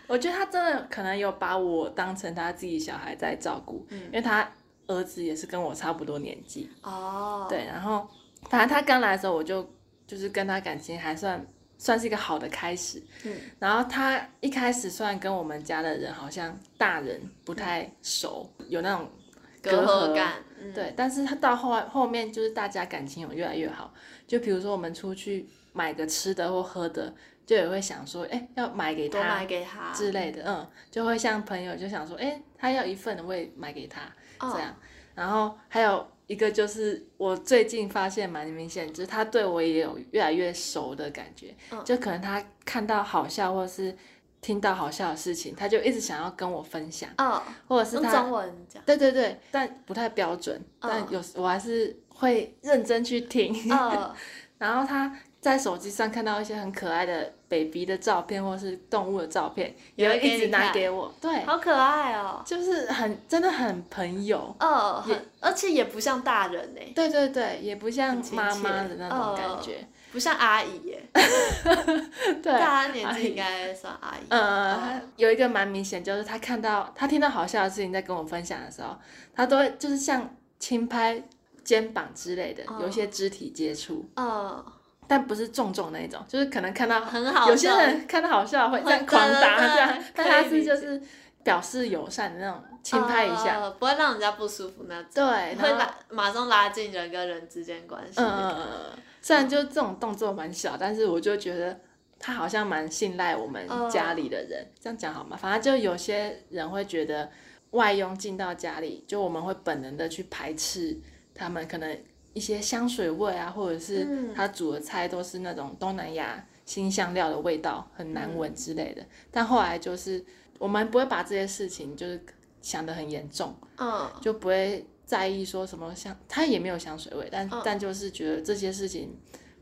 [SPEAKER 2] 我觉得他真的可能有把我当成他自己小孩在照顾，
[SPEAKER 1] 嗯
[SPEAKER 2] 因为他儿子也是跟我差不多年纪，
[SPEAKER 1] 哦，
[SPEAKER 2] 对，然后反正他刚来的时候，我就就是跟他感情还算算是一个好的开始。
[SPEAKER 1] 嗯，
[SPEAKER 2] 然后他一开始虽然跟我们家的人好像大人不太熟，有那种
[SPEAKER 1] 隔
[SPEAKER 2] 阂
[SPEAKER 1] 阂感，嗯，
[SPEAKER 2] 对，但是他到后来后面就是大家感情有越来越好，就比如说我们出去买个吃的或喝的，就也会想说，哎，要买给
[SPEAKER 1] 多
[SPEAKER 2] 他
[SPEAKER 1] 买给他，
[SPEAKER 2] 之类的，嗯，就会像朋友就想说，哎，他要一份，我也买给他，这
[SPEAKER 1] 哦，
[SPEAKER 2] 样。然后还有一个就是我最近发现蛮明显，就是他对我也有越来越熟的感觉，
[SPEAKER 1] 嗯
[SPEAKER 2] 就可能他看到好笑或是听到好笑的事情，他就一直想要跟我分享，
[SPEAKER 1] 哦，
[SPEAKER 2] 或者是
[SPEAKER 1] 用
[SPEAKER 2] 他
[SPEAKER 1] 中文 讲，
[SPEAKER 2] 对对对，但不太标准，
[SPEAKER 1] 嗯
[SPEAKER 2] 但有时我还是会认真去听。
[SPEAKER 1] 哦，
[SPEAKER 2] 然后他在手机上看到一些很可爱的 baby 的照片或是动物的照片，也
[SPEAKER 1] 也
[SPEAKER 2] 会
[SPEAKER 1] 会
[SPEAKER 2] 一
[SPEAKER 1] 给
[SPEAKER 2] 直
[SPEAKER 1] 你
[SPEAKER 2] 拿
[SPEAKER 1] 看
[SPEAKER 2] 给我，对，
[SPEAKER 1] 好可爱哦，
[SPEAKER 2] 就是很真的很朋友。
[SPEAKER 1] 哦，很，而且也不像大人呢，
[SPEAKER 2] 对对对，也不像
[SPEAKER 1] 很亲
[SPEAKER 2] 妈
[SPEAKER 1] 切
[SPEAKER 2] 妈的那种
[SPEAKER 1] 哦
[SPEAKER 2] 感觉，
[SPEAKER 1] 不像阿姨耶，
[SPEAKER 2] 对，
[SPEAKER 1] 哦大家年
[SPEAKER 2] 阿
[SPEAKER 1] 纪
[SPEAKER 2] 姨
[SPEAKER 1] 应该算阿姨，
[SPEAKER 2] 呃，
[SPEAKER 1] 哦
[SPEAKER 2] 他有一个蛮明显，就是他看到他听到好笑的事情在跟我分享的时候，他都会就是像轻拍肩膀之类的，有一些肢体接触，
[SPEAKER 1] 哦，
[SPEAKER 2] 但不是重重那一种，就是可能看到
[SPEAKER 1] 很好笑，
[SPEAKER 2] 有些人看到好笑会这样
[SPEAKER 1] 会
[SPEAKER 2] 狂打
[SPEAKER 1] 对对对
[SPEAKER 2] 这样，但他
[SPEAKER 1] 可以
[SPEAKER 2] 是
[SPEAKER 1] 理
[SPEAKER 2] 就
[SPEAKER 1] 解
[SPEAKER 2] 是表示友善的那种轻拍一下，
[SPEAKER 1] 哦，不会让人家不舒服那种，
[SPEAKER 2] 对，
[SPEAKER 1] 会
[SPEAKER 2] 然后
[SPEAKER 1] 拉马上拉近人跟人之间关系，
[SPEAKER 2] 嗯嗯嗯嗯，虽然就这种动作蛮小，但是我就觉得他好像蛮信赖我们家里的人。这样讲好吗？反正就有些人会觉得外佣进到家里，就我们会本能的去排斥他们可能一些香水味啊，或者是
[SPEAKER 1] 嗯
[SPEAKER 2] 他煮的菜都是那种东南亚新香料的味道，很难闻之类的。但后来就是我们不会把这些事情就是想得很严重。
[SPEAKER 1] 嗯，
[SPEAKER 2] 就不会在意说什么香，他也没有香水味，但、
[SPEAKER 1] 嗯
[SPEAKER 2] 但就是觉得这些事情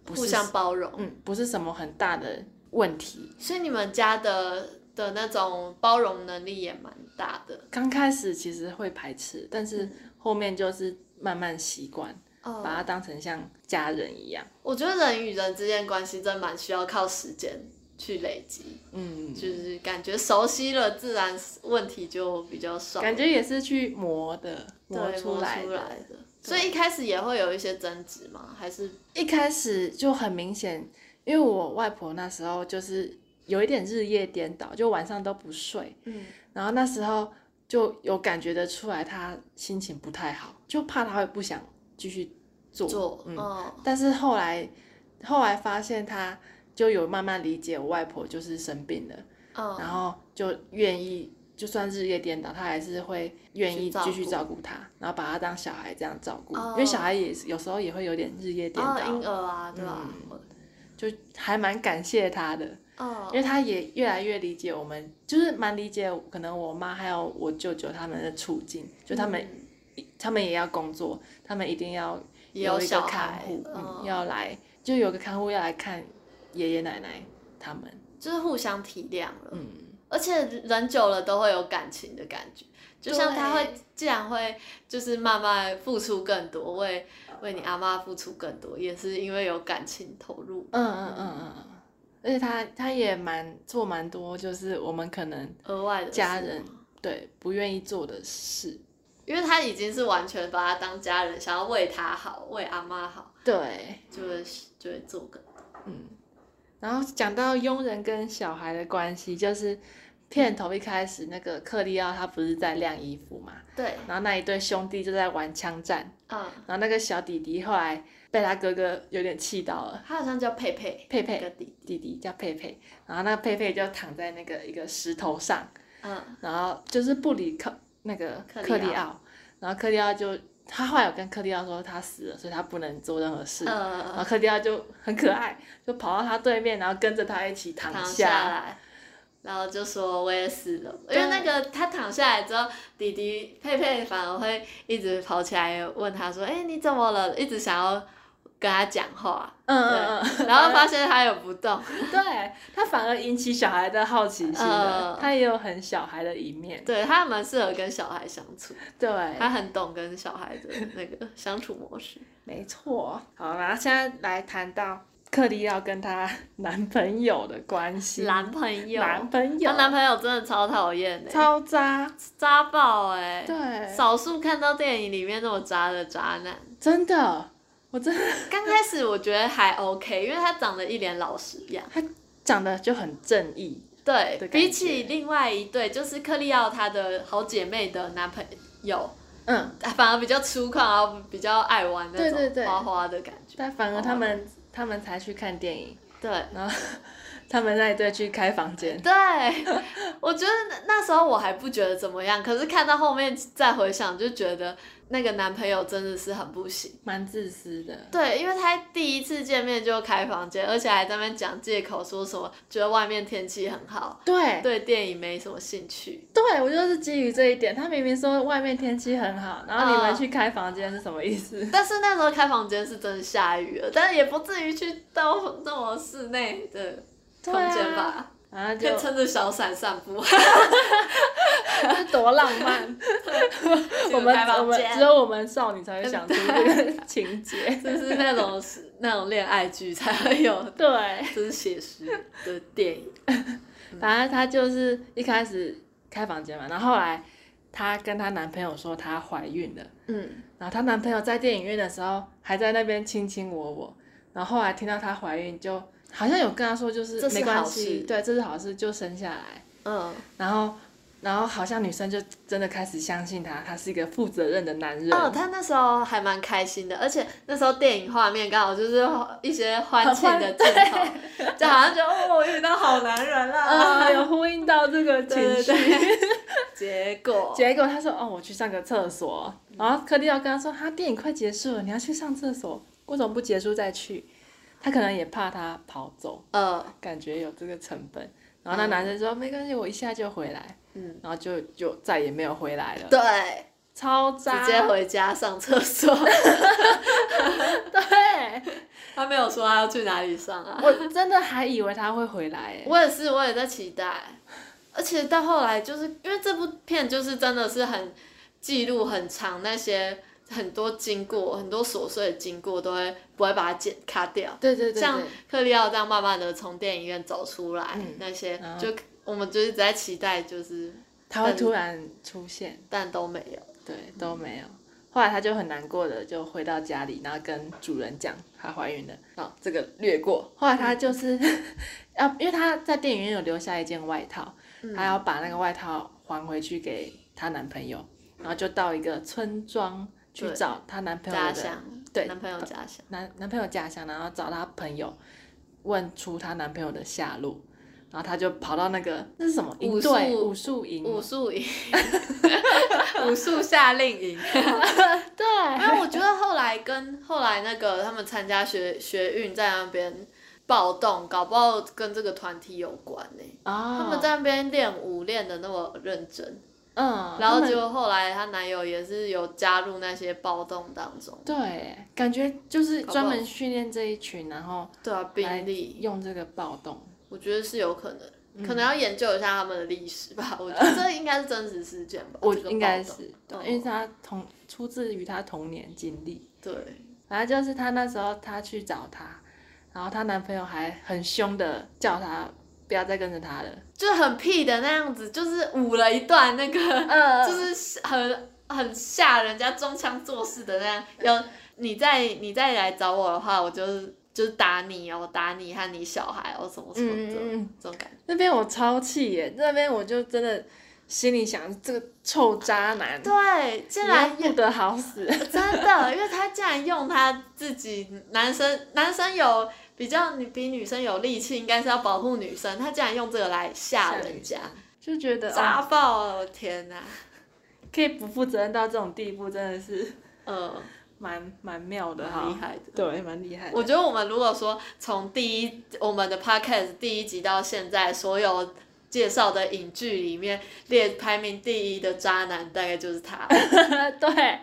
[SPEAKER 2] 不
[SPEAKER 1] 互
[SPEAKER 2] 是
[SPEAKER 1] 相包容。
[SPEAKER 2] 嗯不是什么很大的问题。
[SPEAKER 1] 所以你们家的的那种包容能力也蛮大的。
[SPEAKER 2] 刚开始其实会排斥，但
[SPEAKER 1] 嗯
[SPEAKER 2] 是后面就是慢慢习惯，
[SPEAKER 1] 哦，
[SPEAKER 2] 把它当成像家人一样。
[SPEAKER 1] 我觉得人与人之间关系真蛮需要靠时间去累积，
[SPEAKER 2] 嗯，
[SPEAKER 1] 就是感觉熟悉了，自然问题就比较少，
[SPEAKER 2] 感觉也是去磨的，
[SPEAKER 1] 啊对
[SPEAKER 2] 磨出
[SPEAKER 1] 出
[SPEAKER 2] 来的。
[SPEAKER 1] 来的。所以一开始也会有一些争执吗？还是
[SPEAKER 2] 一开始就很明显，因为我外婆那时候就是有一点日夜颠倒，就晚上都不睡。
[SPEAKER 1] 嗯
[SPEAKER 2] 然后那时候就有感觉得出来，他心情不太好，就怕他会不想继续做。
[SPEAKER 1] 做
[SPEAKER 2] 嗯
[SPEAKER 1] 哦
[SPEAKER 2] 但是后来，后来发现他就有慢慢理解我外婆就是生病了，
[SPEAKER 1] 哦
[SPEAKER 2] 然后就愿意，就算日夜颠倒，他还是会愿意
[SPEAKER 1] 去照顾
[SPEAKER 2] 继续照顾他，然后把他当小孩这样照顾。
[SPEAKER 1] 哦
[SPEAKER 2] 因为小孩也是有时候也会有点嗯日夜颠
[SPEAKER 1] 哦
[SPEAKER 2] 倒，
[SPEAKER 1] 婴儿啊，对吧？
[SPEAKER 2] 就还蛮感谢他的。
[SPEAKER 1] 哦
[SPEAKER 2] 因为他也越来越理解我们，就是蛮理解可能我妈还有我舅舅他们的处境，就他们、
[SPEAKER 1] 嗯
[SPEAKER 2] 他们也要工作，他们一定要
[SPEAKER 1] 也
[SPEAKER 2] 一个
[SPEAKER 1] 小
[SPEAKER 2] 看
[SPEAKER 1] 孩，
[SPEAKER 2] 护，嗯，
[SPEAKER 1] 嗯，
[SPEAKER 2] 要来就有个看护要来看爷爷奶奶他们，
[SPEAKER 1] 就是互相体谅了。
[SPEAKER 2] 嗯，
[SPEAKER 1] 而且人久了都会有感情的感觉，就像他会既然会就是慢慢付出更多，为为你阿妈付出更多，也是因为有感情投入
[SPEAKER 2] 嗯嗯嗯嗯嗯，而且他他也蛮做蛮多，就是我们可能
[SPEAKER 1] 额外的事
[SPEAKER 2] 家人对不愿意做的事，
[SPEAKER 1] 因为他已经是完全把他当家人，想要为他好，为阿妈好，
[SPEAKER 2] 对，
[SPEAKER 1] 就会就会做更多。
[SPEAKER 2] 嗯，然后讲到佣人跟小孩的关系，就是片头一开始那个克利奥他不是在晾衣服嘛，
[SPEAKER 1] 对，
[SPEAKER 2] 然后那一对兄弟就在玩枪战，
[SPEAKER 1] 嗯，
[SPEAKER 2] 然后那个小弟弟后来被他哥哥有点气到了，
[SPEAKER 1] 他好像叫佩佩，
[SPEAKER 2] 佩
[SPEAKER 1] 那个
[SPEAKER 2] 佩
[SPEAKER 1] 弟，
[SPEAKER 2] 弟弟叫佩佩，然后那佩佩就躺在那个一个石头上，
[SPEAKER 1] 嗯，
[SPEAKER 2] 然后就是不理克那个
[SPEAKER 1] 克利
[SPEAKER 2] 克利
[SPEAKER 1] 奥
[SPEAKER 2] 奥，然后克利奥就他后来有跟克利奥说他死了，所以他不能做任何事。然
[SPEAKER 1] 呃，
[SPEAKER 2] 后克利奥就很可爱，就跑到他对面，然后跟着他一起躺
[SPEAKER 1] 躺
[SPEAKER 2] 下
[SPEAKER 1] 下来，然后就说我也死了，因为那个他躺下来之后，弟弟佩佩反而会一直跑起来问他说：“哎、你怎么了？”一直想要跟他讲话，
[SPEAKER 2] 嗯
[SPEAKER 1] 对
[SPEAKER 2] 嗯嗯，
[SPEAKER 1] 然后发现他有不动，
[SPEAKER 2] 对他反而引起小孩的好奇心了
[SPEAKER 1] 嗯，
[SPEAKER 2] 他也有很小孩的一面，
[SPEAKER 1] 对他蛮适合跟小孩相处，
[SPEAKER 2] 对，
[SPEAKER 1] 他很懂跟小孩的那个相处模式。
[SPEAKER 2] 没错。好，然后现在来谈到克利奥跟她男朋友的关 系，
[SPEAKER 1] 男朋友，
[SPEAKER 2] 男朋友
[SPEAKER 1] 她男朋友真的超讨厌的，
[SPEAKER 2] 超渣，
[SPEAKER 1] 渣爆哎、
[SPEAKER 2] 对，
[SPEAKER 1] 少数看到电影里面那么渣的渣男，
[SPEAKER 2] 真的，我真的
[SPEAKER 1] 刚开始我觉得还 OK，因为他长得一脸老实样。
[SPEAKER 2] 长得就很正义，
[SPEAKER 1] 对
[SPEAKER 2] 的，感
[SPEAKER 1] 比
[SPEAKER 2] 觉
[SPEAKER 1] 起另外一对，就是克利奥她的好姐妹的男朋友，
[SPEAKER 2] 嗯，
[SPEAKER 1] 啊反而比较粗犷，然后比较爱玩那
[SPEAKER 2] 对对对
[SPEAKER 1] 种花花的感觉。
[SPEAKER 2] 但反而他们他们才去看电影，
[SPEAKER 1] 对
[SPEAKER 2] 然后他们那一对去开房间，
[SPEAKER 1] 对，我觉得那那时候我还不觉得怎么样，可是看到后面再回想，就觉得那个男朋友真的是很不行。
[SPEAKER 2] 蛮自私的，
[SPEAKER 1] 对，因为他第一次见面就开房间，而且还在那边讲借口，说什么觉得外面天气很好，
[SPEAKER 2] 对
[SPEAKER 1] 对电影没什么兴趣。
[SPEAKER 2] 对，我就是基于这一点，他明明说外面天气很好，然后你们去开房间是什么意思？
[SPEAKER 1] 但是那时候开房间是真的下雨了，但是也不至于去到那么室内的空
[SPEAKER 2] 对啊
[SPEAKER 1] 间吧，
[SPEAKER 2] 然后
[SPEAKER 1] 可
[SPEAKER 2] 就
[SPEAKER 1] 以撑着小伞散步。
[SPEAKER 2] 这多浪 漫！我
[SPEAKER 1] 进入
[SPEAKER 2] 们
[SPEAKER 1] 开
[SPEAKER 2] 我
[SPEAKER 1] 房
[SPEAKER 2] 们
[SPEAKER 1] 间
[SPEAKER 2] 只有我们少女才会想出这 个情节。
[SPEAKER 1] 就是那种那种恋爱剧才会有，
[SPEAKER 2] 对，
[SPEAKER 1] 就是写实的电影。嗯
[SPEAKER 2] 反正她就是一开始开房间嘛，然后后来她跟她男朋友说她怀孕了，
[SPEAKER 1] 嗯，
[SPEAKER 2] 然后她男朋友在电影院的时候还在那边卿卿我我，然后后来听到她怀孕就好像有跟她说就是
[SPEAKER 1] 这是
[SPEAKER 2] 没关
[SPEAKER 1] 好
[SPEAKER 2] 系，
[SPEAKER 1] 事
[SPEAKER 2] 对，这是好事，就生下来。
[SPEAKER 1] 嗯，
[SPEAKER 2] 然后，然后好像女生就真的开始相信他，他是一个负责任的男人，
[SPEAKER 1] 哦，他那时候还蛮开心的，而且那时候电影画面刚好就是一些欢庆的镜头，就好像觉得哦，我遇到好男人啦。
[SPEAKER 2] 啊，有呼应到这个情
[SPEAKER 1] 对
[SPEAKER 2] 绪。
[SPEAKER 1] 对对，结果
[SPEAKER 2] 结果他说：“哦，我去上个厕所。”然后柯蒂要跟他说：“他电影快结束了，你要去上厕所，为什么不结束再去？”他可能也怕他跑走，
[SPEAKER 1] 呃，
[SPEAKER 2] 感觉有这个成本。然后那男生说：“没关系，我一下就回来。”
[SPEAKER 1] 嗯，
[SPEAKER 2] 然后就就再也没有回来了，
[SPEAKER 1] 对，啊
[SPEAKER 2] 超渣，
[SPEAKER 1] 直接回家上厕所。
[SPEAKER 2] 对，
[SPEAKER 1] 他没有说他要去哪里上啊。
[SPEAKER 2] 我真的还以为他会回来欸耶，
[SPEAKER 1] 我也是，我也在期待。而且到后来，就是因为这部片就是真的是很记录很长那些很多经过，很多琐碎的经过都会不会把它剪卡掉。
[SPEAKER 2] 对对对对，
[SPEAKER 1] 像克利奥这样慢慢的从电影院走出来，那些
[SPEAKER 2] 然后
[SPEAKER 1] 就我们就是一直在期待，就是
[SPEAKER 2] 他会突然出现，
[SPEAKER 1] 但都没有。
[SPEAKER 2] 对，都没有。后来他就很难过的就回到家里，然后跟主人讲她怀孕了，哦，这个略过。后来他就是， 要、因为他在电影院有留下一件外套，
[SPEAKER 1] 嗯
[SPEAKER 2] 她要把那个外套还回去给她男朋友，然后就到一个村庄去
[SPEAKER 1] 对
[SPEAKER 2] 找她男朋友
[SPEAKER 1] 家
[SPEAKER 2] 的
[SPEAKER 1] 乡，
[SPEAKER 2] 对
[SPEAKER 1] 男朋友家乡，
[SPEAKER 2] 男男朋友家乡，然后找她朋友问出她男朋友的下落，然后她就跑到那个那是什么
[SPEAKER 1] 武
[SPEAKER 2] 营
[SPEAKER 1] 术
[SPEAKER 2] 队武术营吗，
[SPEAKER 1] 武术营， 武术夏令营。
[SPEAKER 2] 对，
[SPEAKER 1] 因为我觉得后来跟后来那个他们参加学学运在那边暴动，搞不好跟这个团体有关呢、
[SPEAKER 2] 啊，
[SPEAKER 1] 他们在那边练舞练的那么认真，
[SPEAKER 2] 嗯，
[SPEAKER 1] 然
[SPEAKER 2] 他
[SPEAKER 1] 后
[SPEAKER 2] 们
[SPEAKER 1] 结果后来她男友也是有加入那些暴动当中。
[SPEAKER 2] 对，感觉就是
[SPEAKER 1] 搞不
[SPEAKER 2] 专
[SPEAKER 1] 好
[SPEAKER 2] 门训练这一群，然后
[SPEAKER 1] 对啊，
[SPEAKER 2] 来
[SPEAKER 1] 兵力，
[SPEAKER 2] 用这个暴动。
[SPEAKER 1] 我觉得是有可
[SPEAKER 2] 嗯
[SPEAKER 1] 能，可能要研究一下他们的历史吧。我觉得这应该是真实事件吧，
[SPEAKER 2] 我
[SPEAKER 1] 哦这个
[SPEAKER 2] 应该
[SPEAKER 1] 暴动
[SPEAKER 2] 是，对
[SPEAKER 1] 嗯
[SPEAKER 2] 因为他童出自于他童年经历，
[SPEAKER 1] 对，
[SPEAKER 2] 反正就是他那时候他去找她，然后她男朋友还很凶的叫她不要再跟着 他了，
[SPEAKER 1] 就很屁的那样子，就是舞了一段那个。
[SPEAKER 2] 呃
[SPEAKER 1] 就是很很吓人家装腔作势的那样。有你再你再来找我的话，我就是就是打你哦，打你和你小孩哦，什么什么
[SPEAKER 2] 嗯
[SPEAKER 1] 的、
[SPEAKER 2] 嗯嗯，
[SPEAKER 1] 这种感觉。
[SPEAKER 2] 那边我超气耶，那边我就真的心里想这个臭渣男，
[SPEAKER 1] 对，竟
[SPEAKER 2] 然
[SPEAKER 1] 然
[SPEAKER 2] 不得好死，
[SPEAKER 1] 真的，因为他竟然用他自己男生男生有比较女比女生有力气，应该是要保护女生，他竟然用这个来吓人家，
[SPEAKER 2] 就觉得啊，
[SPEAKER 1] 渣爆了！我天哪，
[SPEAKER 2] 可以不负责任到这种地步，真的是
[SPEAKER 1] 嗯，
[SPEAKER 2] 蛮蛮妙的哈，
[SPEAKER 1] 蛮厉害的。
[SPEAKER 2] 对，蛮厉害的。
[SPEAKER 1] 我觉得我们如果说从第一我们的 podcast 第一集到现在，所有介绍的影剧里面列 排名第一的渣男，大概就是他。
[SPEAKER 2] 对，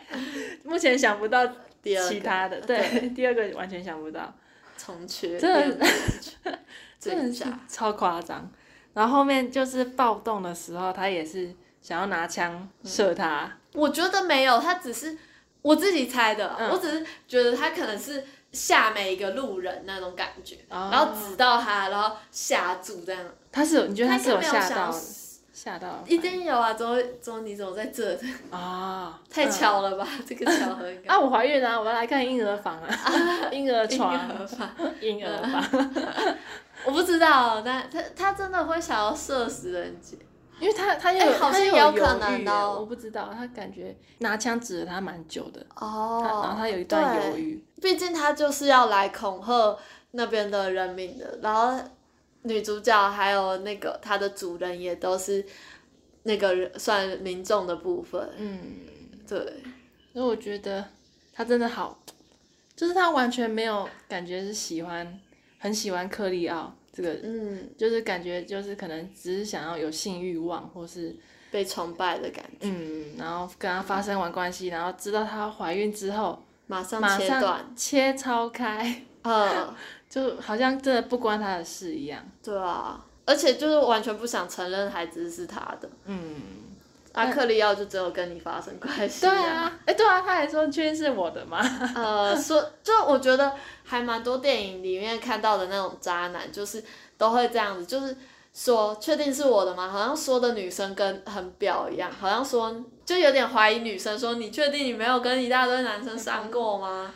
[SPEAKER 2] 目前想不到
[SPEAKER 1] 第二个
[SPEAKER 2] 其他的，对，第二个完全想不到，
[SPEAKER 1] 重缺，
[SPEAKER 2] 真
[SPEAKER 1] 第
[SPEAKER 2] 的
[SPEAKER 1] 二 个重缺
[SPEAKER 2] 真
[SPEAKER 1] 最
[SPEAKER 2] 的是
[SPEAKER 1] 渣，
[SPEAKER 2] 超夸张。然后后面就是暴动的时候，他也是想要拿枪射他，
[SPEAKER 1] 我觉得没有，他只是我自己猜的，
[SPEAKER 2] 嗯
[SPEAKER 1] 我只是觉得他可能是吓每一个路人那种感觉，
[SPEAKER 2] 哦嗯
[SPEAKER 1] 然后指到他，然后吓住这样。
[SPEAKER 2] 他是有你觉得他
[SPEAKER 1] 哦他
[SPEAKER 2] 是有
[SPEAKER 1] 应该没
[SPEAKER 2] 吓
[SPEAKER 1] 想
[SPEAKER 2] 到
[SPEAKER 1] 要
[SPEAKER 2] 的吓到了
[SPEAKER 1] 一定有啊，怎么会怎么你怎么在这？
[SPEAKER 2] 啊，
[SPEAKER 1] 太
[SPEAKER 2] 嗯
[SPEAKER 1] 巧了吧，这个巧合应该。
[SPEAKER 2] 啊！我怀孕了、我要来看婴儿房 啊，婴儿
[SPEAKER 1] 婴
[SPEAKER 2] 床，
[SPEAKER 1] 儿嗯吧，
[SPEAKER 2] 婴儿房，
[SPEAKER 1] 我不知道，但他他真的会想要射死人家，
[SPEAKER 2] 因为他他又有、
[SPEAKER 1] 哎好像
[SPEAKER 2] 他又
[SPEAKER 1] 有
[SPEAKER 2] 犹豫
[SPEAKER 1] 可能的哦
[SPEAKER 2] 我不知道，他感觉拿枪指着他蛮久的，他然后
[SPEAKER 1] 哦，
[SPEAKER 2] 他有一段犹
[SPEAKER 1] 对
[SPEAKER 2] 豫，
[SPEAKER 1] 毕竟他就是要来恐吓那边的人民的，然后女主角还有那个她的主人也都是那个人算民众的部分，
[SPEAKER 2] 嗯，
[SPEAKER 1] 对，
[SPEAKER 2] 所以我觉得他真的好，就是他完全没有感觉是喜欢，很喜欢克利奥这个，
[SPEAKER 1] 嗯，
[SPEAKER 2] 就是感觉就是可能只是想要有性欲望，或是
[SPEAKER 1] 被崇拜的感觉，
[SPEAKER 2] 嗯，然后跟他发生完关系，然后知道她怀孕之后，
[SPEAKER 1] 马上
[SPEAKER 2] 马
[SPEAKER 1] 切断，
[SPEAKER 2] 上切超开。
[SPEAKER 1] 嗯，
[SPEAKER 2] 就好像真的不关他的事一样。
[SPEAKER 1] 对啊，而且就是完全不想承认孩子是他的，
[SPEAKER 2] 嗯，
[SPEAKER 1] 阿克利奥就只有跟你发生关系、
[SPEAKER 2] 对，啊，哎、对啊，他还说确定是我的吗？
[SPEAKER 1] 呃，说就我觉得还蛮多电影里面看到的那种渣男，就是都会这样子，就是说确定是我的吗？好像说的女生跟很婊一样，好像说就有点怀疑女生说你确定你没有跟一大堆男生上过吗？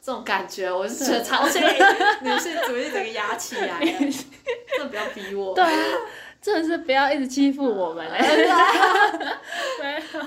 [SPEAKER 1] 这种感觉，我是觉得超 气，女性主义整个压起来了，真的不要逼我。
[SPEAKER 2] 对啊，真的是不要一直欺负我们哎、没有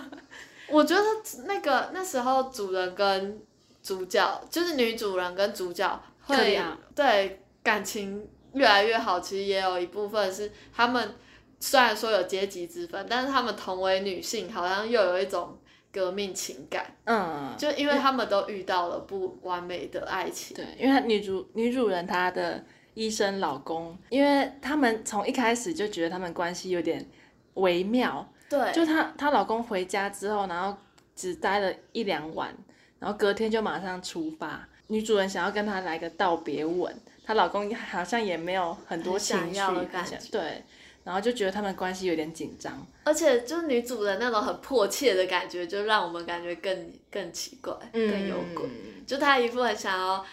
[SPEAKER 1] 我觉得那个那时候主人跟主角，就是女主人跟主角
[SPEAKER 2] 克里
[SPEAKER 1] 会
[SPEAKER 2] 奥
[SPEAKER 1] 对感情越来越好，其实也有一部分是他们虽然说有阶级之分，但是他们同为女性，好像又有一种革命情感，
[SPEAKER 2] 嗯，
[SPEAKER 1] 就因为他们都遇到了不完美的爱情。
[SPEAKER 2] 对，因为他女主女主人她的医生老公，因为他们从一开始就觉得他们关系有点微妙，
[SPEAKER 1] 对
[SPEAKER 2] 就她她老公回家之后，然后只待了一两晚，然后隔天就马上出发。女主人想要跟她来个道别吻，她老公好像也没有很多
[SPEAKER 1] 很
[SPEAKER 2] 情
[SPEAKER 1] 想
[SPEAKER 2] 绪，
[SPEAKER 1] 要的
[SPEAKER 2] 很
[SPEAKER 1] 感
[SPEAKER 2] 想
[SPEAKER 1] 觉
[SPEAKER 2] 对，然后就觉得他们关系有点紧张。
[SPEAKER 1] 而且就是女主人那种很迫切的感觉，就让我们感觉更更奇怪，
[SPEAKER 2] 嗯
[SPEAKER 1] 更有鬼。就他一副很想要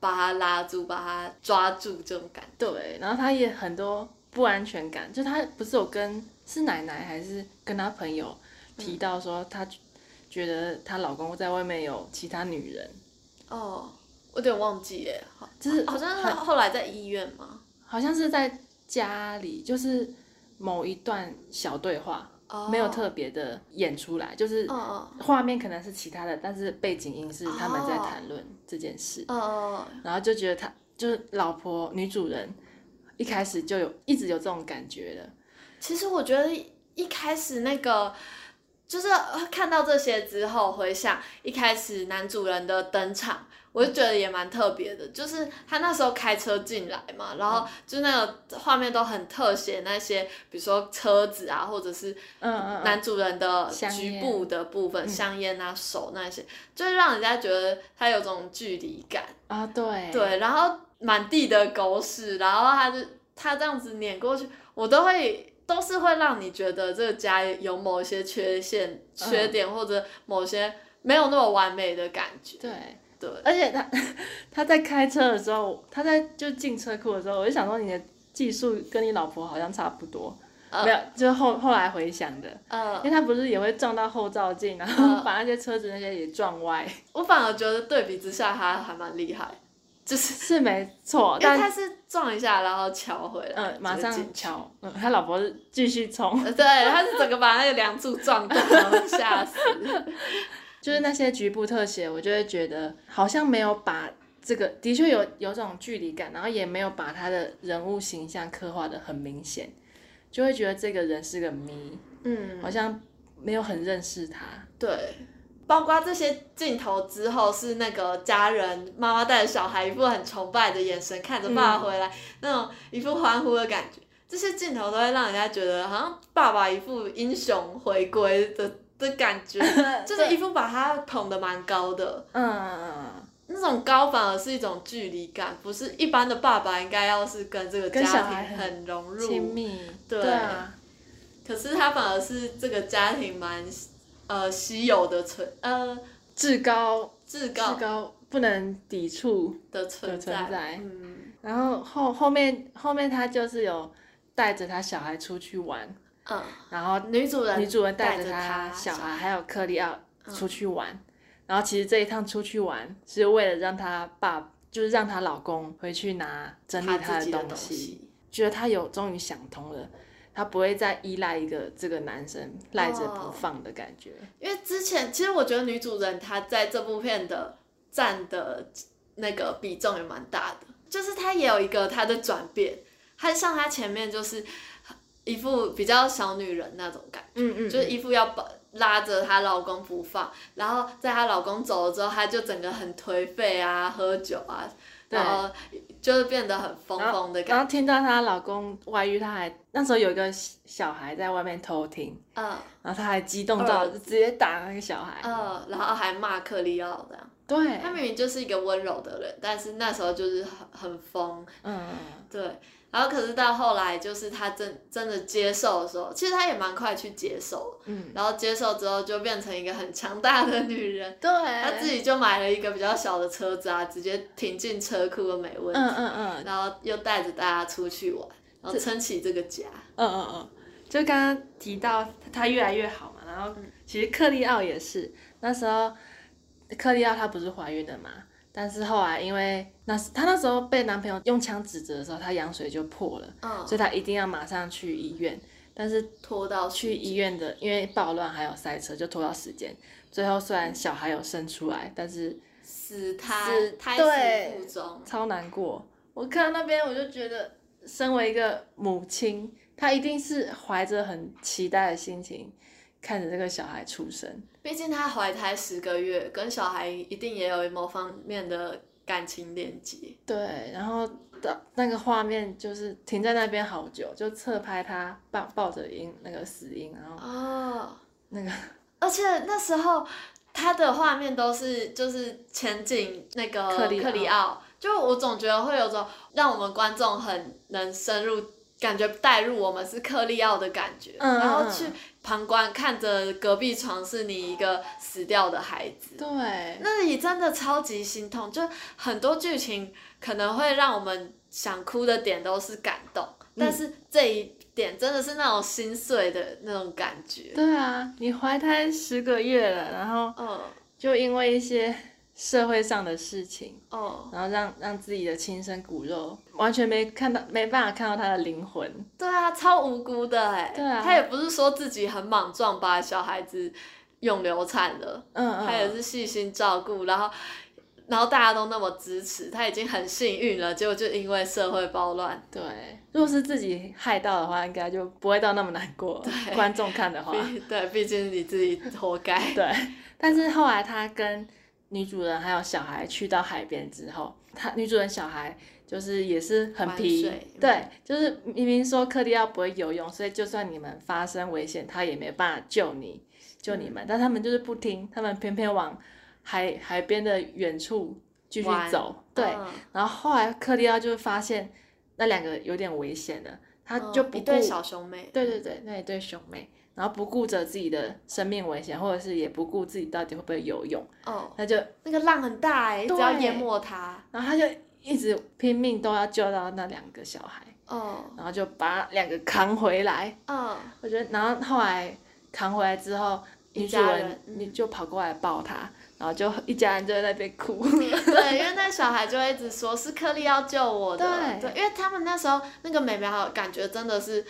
[SPEAKER 1] 把他拉住、把他抓住这种感觉。
[SPEAKER 2] 对，然后她也很多不安全感，就她不是有跟是奶奶还是跟她朋友提到说，她觉得她老公在外面有其他女人，
[SPEAKER 1] 哦，我有点忘记耶，好，
[SPEAKER 2] 就是
[SPEAKER 1] 好像
[SPEAKER 2] 很
[SPEAKER 1] 他后来在医院嘛。
[SPEAKER 2] 好像是在家里，就是某一段小对话，
[SPEAKER 1] 哦，
[SPEAKER 2] 没有特别的演出来，就是
[SPEAKER 1] 哦。哦
[SPEAKER 2] 画面可能是其他的，但是背景音是他们在谈论这件事，
[SPEAKER 1] 哦哦，
[SPEAKER 2] 然后就觉得他就是老婆女主人一开始就有一直有这种感觉了，
[SPEAKER 1] 其实我觉得一开始那个。就是呃看到这些之后，回想一开始男主人的登场，我就觉得也蛮特别的。就是他那时候开车进来嘛，然后就那个画面都很特写那些，比如说车子啊，或者是
[SPEAKER 2] 嗯嗯嗯，
[SPEAKER 1] 男主人的
[SPEAKER 2] 香
[SPEAKER 1] 局
[SPEAKER 2] 烟
[SPEAKER 1] 部的部分，香烟啊、手那些，就是让人家觉得他有种距离感。
[SPEAKER 2] 啊对，
[SPEAKER 1] 对，然后满地的狗屎，然后他就他这样子撵过去，我都会都是会让你觉得这个家有某些缺陷、
[SPEAKER 2] 嗯
[SPEAKER 1] 缺点或者某些没有那么完美的感觉。
[SPEAKER 2] 对。
[SPEAKER 1] 对，
[SPEAKER 2] 而且他 他在开车的时候，他在就进车库的时候，我就想说你的技术跟你老婆好像差不多，
[SPEAKER 1] 嗯
[SPEAKER 2] 没有，就是后后来回想的，因
[SPEAKER 1] 呃，
[SPEAKER 2] 为他不是也会撞到后照镜，然
[SPEAKER 1] 嗯
[SPEAKER 2] 后把那些车子那些也撞歪，
[SPEAKER 1] 我反而觉得对比之下他还蛮厉害，就是
[SPEAKER 2] 是没错，
[SPEAKER 1] 因为
[SPEAKER 2] 但
[SPEAKER 1] 他是撞一下然后敲回来，
[SPEAKER 2] 嗯，马
[SPEAKER 1] 直接
[SPEAKER 2] 上
[SPEAKER 1] 进去
[SPEAKER 2] 瞧，嗯，他老婆是继续冲，
[SPEAKER 1] 呃对，他是整个把那个梁柱撞断，然后吓死。
[SPEAKER 2] 就是那些局部特写，我就会觉得好像没有把这个的确有有种距离感，然后也没有把他的人物形象刻画的很明显，就会觉得这个人是个谜，
[SPEAKER 1] 嗯，
[SPEAKER 2] 好像没有很认识他，
[SPEAKER 1] 对，包括这些镜头之后，是那个家人妈妈带着小孩一副很崇拜的眼神看着爸爸回来，那种一副欢呼的感觉。这些镜头都会让人家觉得好像爸爸一副英雄回归的的感觉， 就是一副把他捧得蛮高的，
[SPEAKER 2] 嗯，
[SPEAKER 1] 那种高反而是一种距离感，不是一般的爸爸应该要是跟这个
[SPEAKER 2] 跟小
[SPEAKER 1] 家
[SPEAKER 2] 孩
[SPEAKER 1] 庭很融
[SPEAKER 2] 亲
[SPEAKER 1] 入，
[SPEAKER 2] 密，
[SPEAKER 1] 对
[SPEAKER 2] 啊，
[SPEAKER 1] 可是他反而是这个家庭蛮呃稀有的存呃
[SPEAKER 2] 至高
[SPEAKER 1] 至
[SPEAKER 2] 至
[SPEAKER 1] 高
[SPEAKER 2] 高不能抵触。
[SPEAKER 1] 的存在，
[SPEAKER 2] 的存在
[SPEAKER 1] 嗯
[SPEAKER 2] 然后后后面后面他就是有带着他小孩出去玩，
[SPEAKER 1] 嗯，
[SPEAKER 2] 然后
[SPEAKER 1] 女主人
[SPEAKER 2] 女主人带
[SPEAKER 1] 带
[SPEAKER 2] 着
[SPEAKER 1] 着
[SPEAKER 2] 她
[SPEAKER 1] 他
[SPEAKER 2] 小
[SPEAKER 1] 小
[SPEAKER 2] 孩嗯还有克利奥出去玩，然后其实这一趟出去玩是为了让她爸，就是让她老公回去拿整理她
[SPEAKER 1] 自己的
[SPEAKER 2] 东西，
[SPEAKER 1] 西，
[SPEAKER 2] 觉得她有终于想通了，她不会再依赖一个这个男生赖着不放的感觉。
[SPEAKER 1] 因为之前其实我觉得女主人她在这部片的占的那个比重也蛮大的，就是她也有一个她的转变，她像她前面就是一副比较小女人那种感觉，
[SPEAKER 2] 嗯
[SPEAKER 1] 就是一副要把拉着她老公不放，然后在她老公走了之后，她就整个很颓废啊，喝酒啊，
[SPEAKER 2] 对
[SPEAKER 1] 然后就是变得很疯
[SPEAKER 2] 然
[SPEAKER 1] 疯的感
[SPEAKER 2] 然后听到她老公外遇，她还那时候有一个小孩在外面偷听，
[SPEAKER 1] 觉，嗯
[SPEAKER 2] 然后她还激动到直接打那个小孩。
[SPEAKER 1] 嗯，然后还骂克利奥这样。
[SPEAKER 2] 对，
[SPEAKER 1] 他明明就是一个温柔的人，但是那时候就是很很疯，
[SPEAKER 2] 嗯，
[SPEAKER 1] 对。然后可是到后来，就是他真真的接受的时候，其实他也蛮快去接受，
[SPEAKER 2] 嗯，
[SPEAKER 1] 然后接受之后就变成一个很强大的女人，
[SPEAKER 2] 对，
[SPEAKER 1] 她自己就买了一个比较小的车子啊，直接停进车库的美问题，
[SPEAKER 2] 嗯嗯嗯，
[SPEAKER 1] 然后又带着大家出去玩，然后撑起这个家，
[SPEAKER 2] 嗯嗯嗯，就刚刚提到他越来越好嘛，然后其实克利奥也是那时候，克利奥她不是怀孕了嘛，但是后来因为那时她那时候被男朋友用枪指着的时候，她羊水就破了，
[SPEAKER 1] 嗯，
[SPEAKER 2] 所以她一定要马上去医院，但是
[SPEAKER 1] 拖到
[SPEAKER 2] 去医院的因为暴乱还有塞车就拖到时间，最后虽然小孩有生出来，但是
[SPEAKER 1] 死胎
[SPEAKER 2] 死
[SPEAKER 1] 胎
[SPEAKER 2] 对
[SPEAKER 1] 死腹中，
[SPEAKER 2] 超难过。我看到那边，我就觉得，身为一个母亲，她一定是怀着很期待的心情，看着这个小孩出生。
[SPEAKER 1] 毕竟她怀胎十个月，跟小孩一定也有某方面的感情连接。
[SPEAKER 2] 对，然后的那个画面就是停在那边好久，就侧拍她抱抱着婴那个死婴，然后
[SPEAKER 1] 哦，
[SPEAKER 2] 那个
[SPEAKER 1] 而且那时候她的画面都是就是前景那个
[SPEAKER 2] 克里奥
[SPEAKER 1] 克里奥，就我总觉得会有种让我们观众很能深入。感觉带入我们是克利奥的感觉，
[SPEAKER 2] 嗯
[SPEAKER 1] 然后
[SPEAKER 2] 嗯
[SPEAKER 1] 去旁观看着隔壁床是你一个死掉的孩子，
[SPEAKER 2] 对，
[SPEAKER 1] 那里真的超级心痛，就很多剧情可能会让我们想哭的点都是感动，
[SPEAKER 2] 嗯
[SPEAKER 1] 但是这一点真的是那种心碎的那种感觉。
[SPEAKER 2] 对啊，你怀胎十个月了，然后
[SPEAKER 1] 嗯，
[SPEAKER 2] 就因为一些社会上的事情，
[SPEAKER 1] 哦，
[SPEAKER 2] 然后让让自己的亲生骨肉完全没看到，没办法看到他的灵魂。
[SPEAKER 1] 对啊，超无辜的哎、
[SPEAKER 2] 对啊
[SPEAKER 1] 他也不是说自己很莽撞把小孩子用流产了，
[SPEAKER 2] 嗯嗯，
[SPEAKER 1] 他也是细心照顾，然后。然后大家都那么支持，他已经很幸运了，结果就因为社会暴乱，
[SPEAKER 2] 对。如果是自己害到的话，应该就不会到那么难过。观众看的话，
[SPEAKER 1] 毕对，毕竟你自己活该。
[SPEAKER 2] 对。但是后来他跟女主人还有小孩去到海边之后，他女主人小孩就是也是很皮
[SPEAKER 1] 玩水，
[SPEAKER 2] 对，就是明明说克利奥不会游泳，所以就算你们发生危险，他也没办法救你救你们，但他们就是不听，他们偏偏往海海边的远处继续
[SPEAKER 1] 玩
[SPEAKER 2] 走，对。
[SPEAKER 1] 嗯
[SPEAKER 2] 然后后来克利奥就发现那两个有点危险了，他就
[SPEAKER 1] 嗯
[SPEAKER 2] 不
[SPEAKER 1] 一
[SPEAKER 2] 顾、
[SPEAKER 1] 对小兄妹，
[SPEAKER 2] 对对对那一对兄妹，然后不顾着自己的生命危险，或者是也不顾自己到底会不会游泳，
[SPEAKER 1] 哦，
[SPEAKER 2] 他就
[SPEAKER 1] 那个浪很大哎、只
[SPEAKER 2] 对
[SPEAKER 1] 要淹没他，
[SPEAKER 2] 然后他就一直拼命都要救到那两个小孩，
[SPEAKER 1] 哦，
[SPEAKER 2] 然后就把两个扛回来。
[SPEAKER 1] 嗯，
[SPEAKER 2] 我觉得，然后后来扛回来之后，
[SPEAKER 1] 一
[SPEAKER 2] 女主
[SPEAKER 1] 家人嗯
[SPEAKER 2] 人你就跑过来抱他，然后就一家人就在那边哭。
[SPEAKER 1] 对，因为那小孩就会一直说是克利要救我的，
[SPEAKER 2] 对
[SPEAKER 1] 因为他们那时候那个妹妹好像感觉真的是，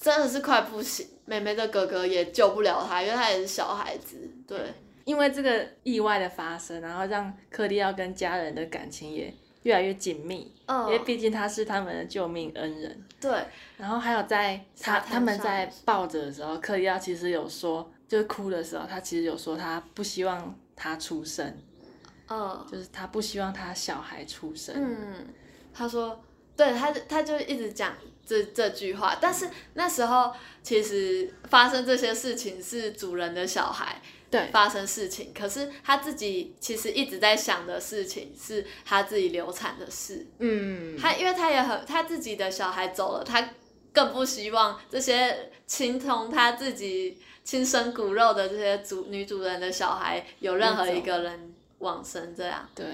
[SPEAKER 1] 真的是快不行，妹妹的哥哥也救不了她，因为她也是小孩子，对，
[SPEAKER 2] 因为这个意外的发生，然后让克利奥跟家人的感情也越来越紧密，
[SPEAKER 1] 嗯
[SPEAKER 2] 因为毕竟他是他们的救命恩人。
[SPEAKER 1] 对，
[SPEAKER 2] 然后还有在他
[SPEAKER 1] 沙滩上
[SPEAKER 2] 他们在抱着的时候，克利奥其实有说，就是哭的时候，他其实有说他不希望他出生，
[SPEAKER 1] 嗯
[SPEAKER 2] 就是他不希望他小孩出生。
[SPEAKER 1] 嗯，他说对，他就他就一直讲这这句话，但是那时候其实发生这些事情是主人的小孩
[SPEAKER 2] 对
[SPEAKER 1] 发生事情，可是他自己其实一直在想的事情是他自己流产的事，
[SPEAKER 2] 嗯，
[SPEAKER 1] 他因为他也很他自己的小孩走了，他更不希望这些情同他自己亲生骨肉的这些主女主人的小孩有任何一个人往生这样。
[SPEAKER 2] 对，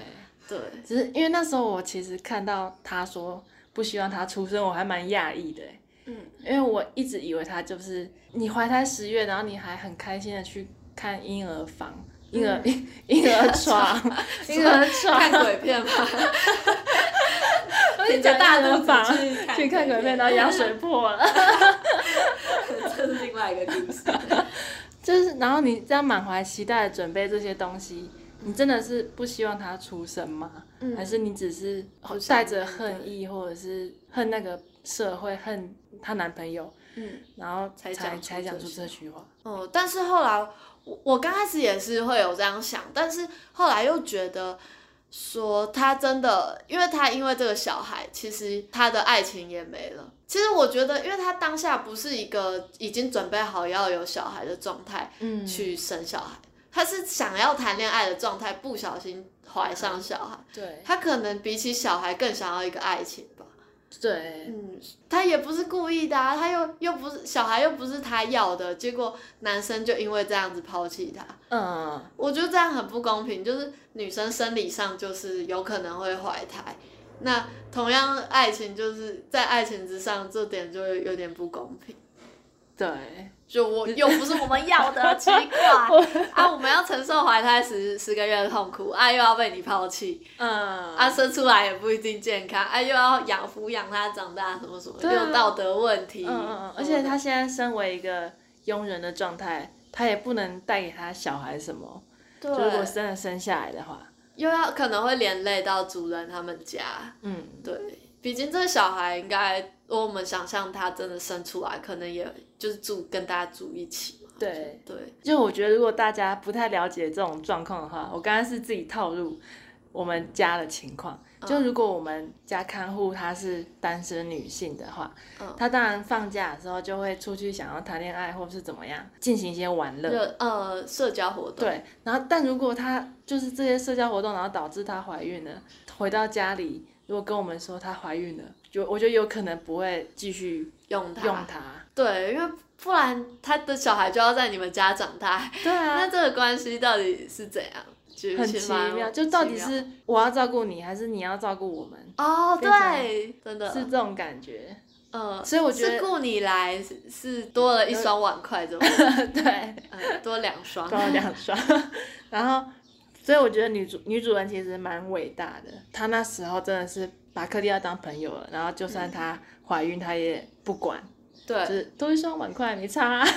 [SPEAKER 1] 对，
[SPEAKER 2] 只是因为那时候我其实看到他说不希望他出生，我还蛮讶异的欸，
[SPEAKER 1] 嗯，
[SPEAKER 2] 因为我一直以为他就是你怀胎十月，然后你还很开心的去看婴儿房、婴儿、
[SPEAKER 1] 嗯
[SPEAKER 2] 婴 儿床、婴儿 床，
[SPEAKER 1] 看鬼片吗？
[SPEAKER 2] 我就
[SPEAKER 1] 挺着
[SPEAKER 2] 讲
[SPEAKER 1] 大
[SPEAKER 2] 婴儿
[SPEAKER 1] 肚子
[SPEAKER 2] 房
[SPEAKER 1] 去看
[SPEAKER 2] 去看鬼
[SPEAKER 1] 鬼
[SPEAKER 2] 片，
[SPEAKER 1] 片
[SPEAKER 2] 然后羊水啊破了，
[SPEAKER 1] 这是另外一个故事。
[SPEAKER 2] 就是然后你这样满怀期待地准备这些东西，你真的是不希望他出生吗？
[SPEAKER 1] 嗯
[SPEAKER 2] 还是你只是
[SPEAKER 1] 不想
[SPEAKER 2] 带着恨意，或者是恨那个社会、恨她男朋友，
[SPEAKER 1] 嗯，
[SPEAKER 2] 然后
[SPEAKER 1] 才
[SPEAKER 2] 才
[SPEAKER 1] 讲出
[SPEAKER 2] 才讲
[SPEAKER 1] 这
[SPEAKER 2] 出
[SPEAKER 1] 些
[SPEAKER 2] 这句话？
[SPEAKER 1] 哦，但是后来我我刚开始也是会有这样想，但是后来又觉得说他真的，因为他因为这个小孩，其实他的爱情也没了。其实我觉得，因为他当下不是一个已经准备好要有小孩的状态
[SPEAKER 2] 嗯，
[SPEAKER 1] 去生小孩，他是想要谈恋爱的状态，不小心怀上小孩，
[SPEAKER 2] 对
[SPEAKER 1] 他可能比起小孩更想要一个爱情吧。
[SPEAKER 2] 对，
[SPEAKER 1] 嗯，他也不是故意的、啊，他又又不是小孩，又不是他要的，结果男生就因为这样子抛弃他，
[SPEAKER 2] 嗯。
[SPEAKER 1] 我觉得这样很不公平。就是女生生理上就是有可能会怀胎，那同样爱情就是在爱情之上，这点就有点不公平。
[SPEAKER 2] 对，
[SPEAKER 1] 就我又不是我们要的，奇怪啊！ 我们要承受怀胎十十个月的痛苦啊，又要被你抛弃
[SPEAKER 2] 嗯
[SPEAKER 1] 啊，生出来也不一定健康啊，又要养抚养他长大什么什么，又
[SPEAKER 2] 对啊
[SPEAKER 1] 有道德问题。
[SPEAKER 2] 嗯嗯，而且他现在身为一个佣人的状态，他也不能带给他小孩什么。
[SPEAKER 1] 对，
[SPEAKER 2] 就如果真的生下来的话，
[SPEAKER 1] 又要可能会连累到主人他们家。
[SPEAKER 2] 嗯，
[SPEAKER 1] 对，毕竟这小孩应该，我们想象他真的生出来，可能也就是住跟大家住一起嘛。
[SPEAKER 2] 对
[SPEAKER 1] 对，
[SPEAKER 2] 就我觉得如果大家不太了解这种状况的话，我刚刚是自己套入我们家的情况。
[SPEAKER 1] 嗯
[SPEAKER 2] 就如果我们家看护她是单身女性的话，
[SPEAKER 1] 嗯
[SPEAKER 2] 她当然放假的时候就会出去想要谈恋爱或是怎么样，进行一些玩乐。
[SPEAKER 1] 就呃社交活动。
[SPEAKER 2] 对，然后但如果她就是这些社交活动，然后导致她怀孕了，回到家里，如果跟我们说她怀孕了，就我觉得有可能不会继续
[SPEAKER 1] 用它。
[SPEAKER 2] 用她。
[SPEAKER 1] 对，因为不然他的小孩就要在你们家长 大，
[SPEAKER 2] 对啊
[SPEAKER 1] 那，这个关系到底是怎样？就
[SPEAKER 2] 很
[SPEAKER 1] 其实
[SPEAKER 2] 奇
[SPEAKER 1] 蛮
[SPEAKER 2] 妙，就到底
[SPEAKER 1] 奇妙
[SPEAKER 2] 是我要照顾你，还是你要照顾我们，
[SPEAKER 1] 哦，
[SPEAKER 2] 变成
[SPEAKER 1] 对，真的
[SPEAKER 2] 是这种感觉。
[SPEAKER 1] 嗯，
[SPEAKER 2] 所以我觉
[SPEAKER 1] 是
[SPEAKER 2] 得，
[SPEAKER 1] 雇你来是是多了一双碗筷， 怎么？
[SPEAKER 2] 对，
[SPEAKER 1] 嗯，多两双。
[SPEAKER 2] 高了两双。然后，所以我觉得女主女主人其实蛮伟大的，她那时候真的是把克利奥当朋友了，然后就算她怀孕，她也不管。
[SPEAKER 1] 嗯对
[SPEAKER 2] 就，是多一双碗筷没差、 啊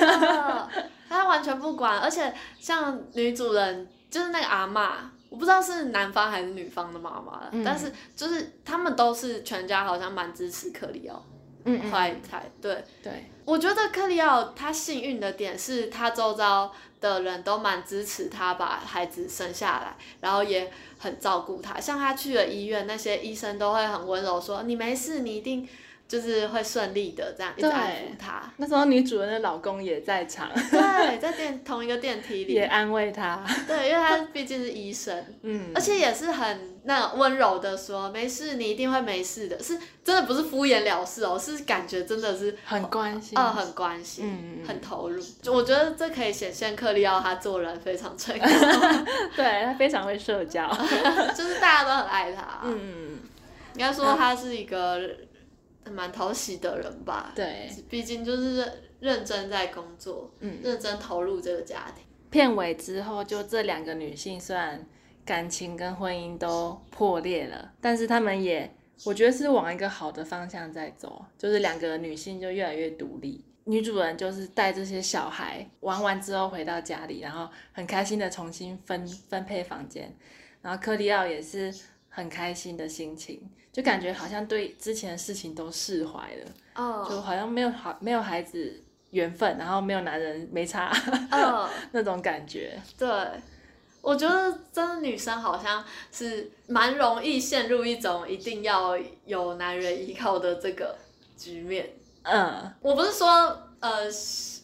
[SPEAKER 1] 他完全不管，而且像女主人就是那个阿嬷，我不知道是男方还是女方的妈妈了，
[SPEAKER 2] 嗯
[SPEAKER 1] 但是就是他们都是全家好像蛮支持克里奥
[SPEAKER 2] 嗯
[SPEAKER 1] 怀胎。对，
[SPEAKER 2] 对
[SPEAKER 1] 我觉得克里奥他幸运的点是他周遭的人都蛮支持他把孩子生下来，然后也很照顾他。像他去了医院，那些医生都会很温柔说：“你没事，你一定就是会顺利的。”这样一直
[SPEAKER 2] 对
[SPEAKER 1] 安抚他。
[SPEAKER 2] 那时候女主人的老公也在场，
[SPEAKER 1] 对，在电同一个电梯里
[SPEAKER 2] 也，安慰她。
[SPEAKER 1] 对，因为他毕竟是医生，
[SPEAKER 2] 嗯
[SPEAKER 1] 而，且也是很那种温柔的说，没事，你一定会没事的，是真的不是敷衍了事哦，是感觉真的是
[SPEAKER 2] 很关心。
[SPEAKER 1] 呃很关心，
[SPEAKER 2] 嗯，
[SPEAKER 1] 很投入。就我觉得这可以显现克利奥他做人非常成 功，
[SPEAKER 2] 对，她非常会社交。
[SPEAKER 1] 哦就是大家都很爱他，
[SPEAKER 2] 嗯，
[SPEAKER 1] 应该说他是一个蛮讨喜的人吧，
[SPEAKER 2] 对。
[SPEAKER 1] 毕竟就是认认真在工作，
[SPEAKER 2] 嗯
[SPEAKER 1] 认真投入这个家庭，
[SPEAKER 2] 片尾之后，就这两个女性虽然感情跟婚姻都破裂了，但是她们也，我觉得是往一个好的方向在走，就是两个女性就越来越独立。女主人就是带这些小孩玩完之后回到家里，然后很开心的重新分分配房间，然后科里奥也是很开心的心情，就感觉好像对之前的事情都释怀了，就
[SPEAKER 1] 哦，
[SPEAKER 2] 好像没有好没有孩子缘分，然后没有男人没差
[SPEAKER 1] 嗯。
[SPEAKER 2] 那种感觉。
[SPEAKER 1] 对，我觉得真的女生好像是蛮容易陷入一种一定要有男人依靠的这个局面。
[SPEAKER 2] 嗯，
[SPEAKER 1] 我不是说呃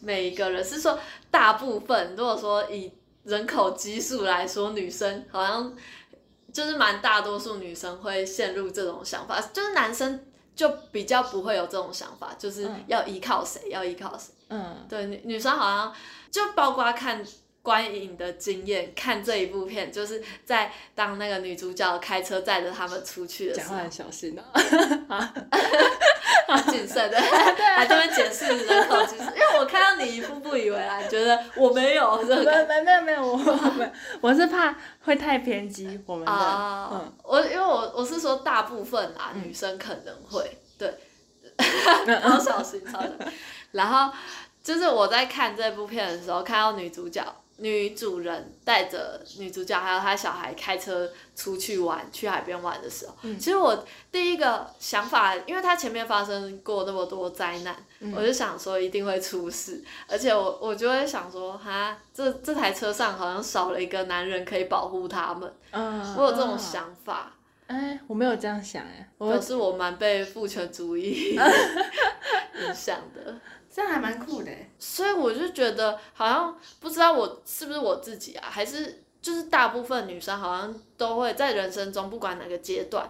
[SPEAKER 1] 每一个人，是说大部分。如果说以人口基数来说，女生好像就是蛮大多数女生会陷入这种想法，就是男生就比较不会有这种想法，就是
[SPEAKER 2] 嗯
[SPEAKER 1] 要依靠谁，要依靠谁。
[SPEAKER 2] 嗯，
[SPEAKER 1] 对，女女生好像就包括看观影的经验，看这一部片，就是在当那个女主角开车载着他们出去的时
[SPEAKER 2] 讲
[SPEAKER 1] 候
[SPEAKER 2] 话，很小心 啊。
[SPEAKER 1] 很谨慎的，还这边解释人口基数，因为我看到你一步步以为然，觉得我没有这个
[SPEAKER 2] 没没没有没有，我我 我是怕会太偏激我们的，
[SPEAKER 1] 啊、
[SPEAKER 2] 嗯，
[SPEAKER 1] 我因为我我是说大部分啦，
[SPEAKER 2] 嗯
[SPEAKER 1] 女生可能会对， 超小心超小心。然后就是我在看这部片的时候，看到女主角、女主人带着女主角还有她小孩开车出去玩，去海边玩的时候，
[SPEAKER 2] 嗯
[SPEAKER 1] 其实我第一个想法，因为她前面发生过那么多灾难，
[SPEAKER 2] 嗯
[SPEAKER 1] 我就想说一定会出事，而且我我就会想说，哈，这这台车上好像少了一个男人可以保护他们。
[SPEAKER 2] 嗯
[SPEAKER 1] 我有这种。想法，
[SPEAKER 2] 哎，我没有这样想哎，
[SPEAKER 1] 表
[SPEAKER 2] 我
[SPEAKER 1] 示我蛮被父权主义影响的，
[SPEAKER 2] 这样还蛮酷的。
[SPEAKER 1] 所以我就觉得好像不知道我是不是我自己啊，还是就是大部分女生好像都会在人生中不管哪个阶段，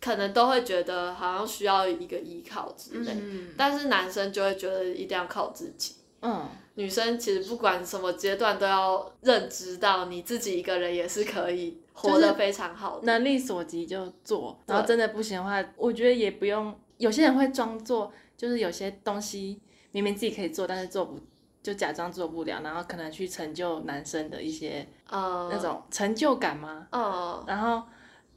[SPEAKER 1] 可能都会觉得好像需要一个依靠之类，
[SPEAKER 2] 嗯
[SPEAKER 1] 但是男生就会觉得一定要靠自己。
[SPEAKER 2] 嗯，
[SPEAKER 1] 女生其实不管什么阶段都要认知到，你自己一个人也是可以活
[SPEAKER 2] 就
[SPEAKER 1] 得
[SPEAKER 2] 是
[SPEAKER 1] 非常好的。
[SPEAKER 2] 能力所及就做，
[SPEAKER 1] 对
[SPEAKER 2] 然后真的不行的话，我觉得也不用。有些人会装作，就是有些东西明明自己可以做，但是做不，就假装做不了，然后可能去成就男生的一些
[SPEAKER 1] 呃，
[SPEAKER 2] 那种成就感吗？
[SPEAKER 1] 呃，
[SPEAKER 2] 然后，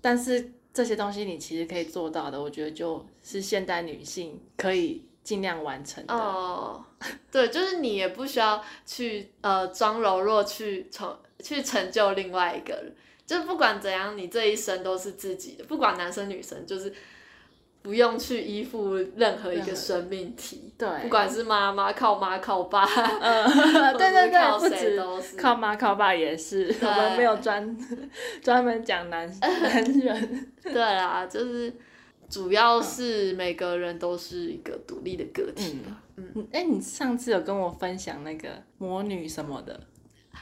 [SPEAKER 2] 但是这些东西你其实可以做到的，我觉得就是现代女性可以尽量完成的。
[SPEAKER 1] 哦，对，就是你也不需要去呃装柔弱去成去成就另外一个人，就是不管怎样，你这一生都是自己的，不管男生女生，就是不用去依附任何一
[SPEAKER 2] 任何
[SPEAKER 1] 个生命体，
[SPEAKER 2] 对，
[SPEAKER 1] 不管是妈妈靠妈靠爸，
[SPEAKER 2] 嗯， 对对
[SPEAKER 1] 或者
[SPEAKER 2] 对，不
[SPEAKER 1] 是靠谁
[SPEAKER 2] 止
[SPEAKER 1] 都是。
[SPEAKER 2] 靠妈靠爸也是，我
[SPEAKER 1] 对
[SPEAKER 2] 们没有专专门 讲男男人。
[SPEAKER 1] 对啦，就是主要是每个人都是一个独立的个体吧。嗯，
[SPEAKER 2] 哎，你上次有跟我分享那个魔女什么的，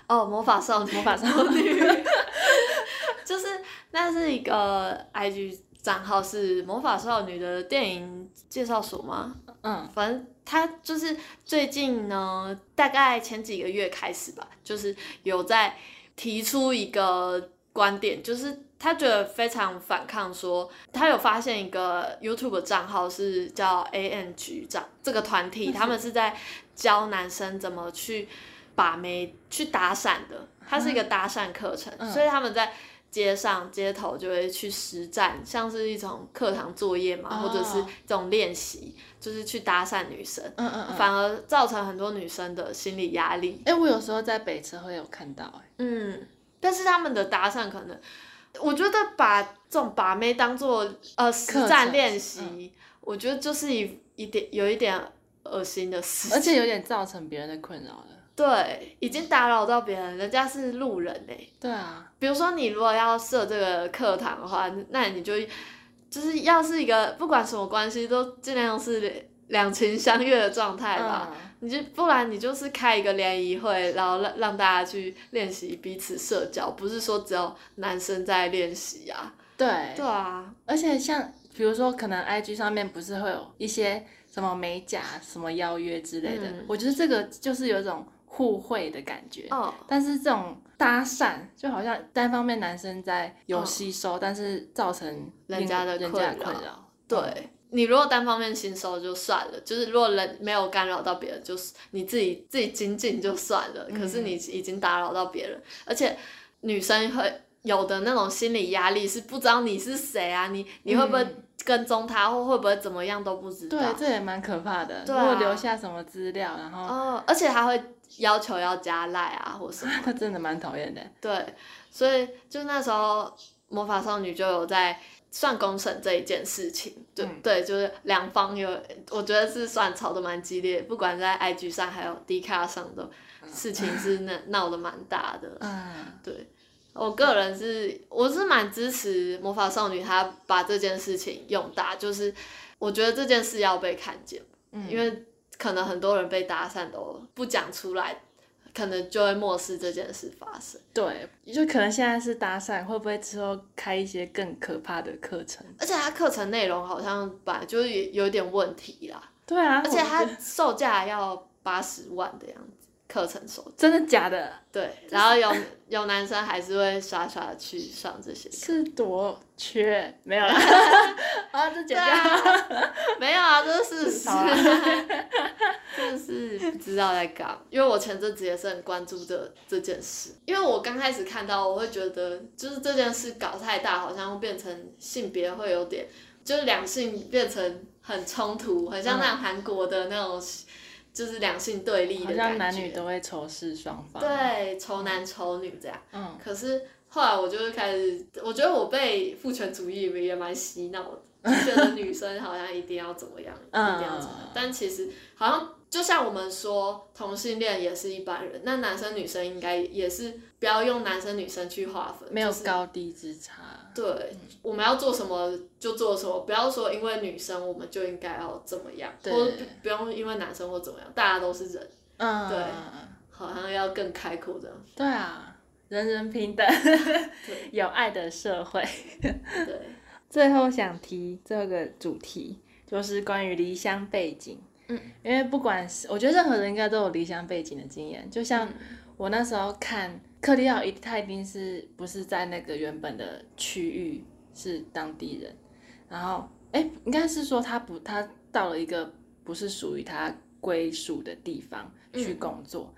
[SPEAKER 1] 哦，魔法少女，
[SPEAKER 2] 魔法少
[SPEAKER 1] 女， 就是那是一个 IG 账号，是魔法少女的电影介绍所吗？
[SPEAKER 2] 嗯
[SPEAKER 1] 反正他就是最近呢，大概前几个月开始吧，就是有在提出一个观点，就是他觉得非常反抗说他有发现一个 YouTube 账号是叫 A N 局长这个团体，他们是在教男生怎么去把妹、去打伞的，它是一个搭讪课程，
[SPEAKER 2] 嗯
[SPEAKER 1] 所以他们在。街上、街头就会去实战，像是一种课堂作业嘛，
[SPEAKER 2] 哦
[SPEAKER 1] 或者是这种练习，就是去搭讪女生，
[SPEAKER 2] 嗯嗯嗯。
[SPEAKER 1] 反而造成很多女生的心理压力。
[SPEAKER 2] 哎，我有时候在北车会有看到，哎，
[SPEAKER 1] 嗯，但是他们的搭讪可能，我觉得把这种把妹当做呃实
[SPEAKER 2] 课
[SPEAKER 1] 战
[SPEAKER 2] 程
[SPEAKER 1] 练习，
[SPEAKER 2] 嗯
[SPEAKER 1] 我觉得就是一一点有一点恶心的事情，
[SPEAKER 2] 而且有点造成别人的困扰了。
[SPEAKER 1] 对，已经打扰到别人，人家是路人哎、
[SPEAKER 2] 对啊，
[SPEAKER 1] 比如说你如果要设这个课堂的话，那你就就是要是一个不管什么关系都尽量是两情相悦的状态吧。
[SPEAKER 2] 嗯
[SPEAKER 1] 你就不然你就是开一个联谊会，然后让让大家去练习彼此社交，不是说只有男生在练习啊。
[SPEAKER 2] 对
[SPEAKER 1] 对啊，
[SPEAKER 2] 而且像比如说，可能 IG 上面不是会有一些什么美甲、什么邀约之类的，
[SPEAKER 1] 嗯
[SPEAKER 2] 我觉得这个就是有一种互惠的感觉。
[SPEAKER 1] 哦，
[SPEAKER 2] 但是这种搭讪就好像单方面男生在有
[SPEAKER 1] 嗯
[SPEAKER 2] 吸收，但是造成
[SPEAKER 1] 人
[SPEAKER 2] 另
[SPEAKER 1] 家的
[SPEAKER 2] 人
[SPEAKER 1] 困
[SPEAKER 2] 家
[SPEAKER 1] 扰
[SPEAKER 2] 困扰。
[SPEAKER 1] 对。
[SPEAKER 2] 嗯
[SPEAKER 1] 你如果单方面吸收就算了，就是如果人没有干扰到别人，就是你自己自己精进就算了。
[SPEAKER 2] 嗯
[SPEAKER 1] 可是你已经打扰到别人，而且女生会有的那种心理压力是不知道你是谁啊，你你会不会
[SPEAKER 2] 嗯
[SPEAKER 1] 跟踪他，或会不会怎么样都不知道。
[SPEAKER 2] 对，这也蛮可怕的。
[SPEAKER 1] 对
[SPEAKER 2] 如果
[SPEAKER 1] 啊
[SPEAKER 2] 留下什么资料，然后、
[SPEAKER 1] 哦，而且还会要求要加赖啊，或什么。
[SPEAKER 2] 他真的蛮讨厌的。
[SPEAKER 1] 对，所以就那时候魔法少女就有在算公审这一件事情，对、
[SPEAKER 2] 嗯
[SPEAKER 1] 对，就是两方有，我觉得是算吵得蛮激烈，不管在 IG 上还有 D 卡上的事情是那闹得蛮大的，
[SPEAKER 2] 嗯，
[SPEAKER 1] 对。我个人是我是蛮支持魔法少女，她把这件事情用大，就是我觉得这件事要被看见，
[SPEAKER 2] 嗯
[SPEAKER 1] 因为可能很多人被搭讪都不讲出来，可能就会漠视这件事发生。
[SPEAKER 2] 对，就可能现在是搭讪，会不会之后开一些更可怕的课程？
[SPEAKER 1] 而且它课程内容好像本来就是有有点问题啦，
[SPEAKER 2] 对啊，
[SPEAKER 1] 而且
[SPEAKER 2] 我
[SPEAKER 1] 它
[SPEAKER 2] 觉得
[SPEAKER 1] 售价要八十万的样子，课程售价
[SPEAKER 2] 真的假的？
[SPEAKER 1] 对，然后有有男生还是会傻傻地去上这些课。
[SPEAKER 2] 是多缺没 有啦，啊，这
[SPEAKER 1] 对
[SPEAKER 2] 剪掉。
[SPEAKER 1] 啊，没有啊，这是事实
[SPEAKER 2] 好
[SPEAKER 1] 啊
[SPEAKER 2] 啊，
[SPEAKER 1] 真的是不知道在干嘛。因为我前阵子也是很关注这这件事，因为我刚开始看到，我会觉得就是这件事搞太大，好像会变成性别会有点，就是两性变成很冲突，很
[SPEAKER 2] 嗯
[SPEAKER 1] 像那种韩国的那种，就是两性对立
[SPEAKER 2] 好
[SPEAKER 1] 的
[SPEAKER 2] 像
[SPEAKER 1] 感
[SPEAKER 2] 男女
[SPEAKER 1] 觉。
[SPEAKER 2] 都会仇视双方。，
[SPEAKER 1] 对，丑男丑女这样。
[SPEAKER 2] 嗯
[SPEAKER 1] 可是后来我就是开始，我觉得我被父权主义也蛮洗脑的，就觉得女生好像一定要怎么样，
[SPEAKER 2] 嗯
[SPEAKER 1] 一定要怎么样。但其实好像就像我们说同性恋也是一般人，那男生女生应该也是不要用男生女生去划分，
[SPEAKER 2] 没有
[SPEAKER 1] 就是
[SPEAKER 2] 高低之差。
[SPEAKER 1] 对，我们要做什么就做什么，不要说因为女生我们就应该要怎么样，
[SPEAKER 2] 对
[SPEAKER 1] 或不不用因为男生或怎么样，大家都是人，
[SPEAKER 2] 嗯，
[SPEAKER 1] 对好像要更开阔这样。
[SPEAKER 2] 对啊，人人平等， 有爱的社会。
[SPEAKER 1] 对，
[SPEAKER 2] 最后想提这个主题，就是关于离乡背景。
[SPEAKER 1] 嗯，
[SPEAKER 2] 因为不管是我觉得任何人应该都有离乡背景的经验，就像
[SPEAKER 1] 嗯
[SPEAKER 2] 我那时候看克利奥，一他一定是不是在那个原本的区域是当地人，然后哎、诶应该是说他不他到了一个不是属于他归属的地方去
[SPEAKER 1] 嗯
[SPEAKER 2] 工作。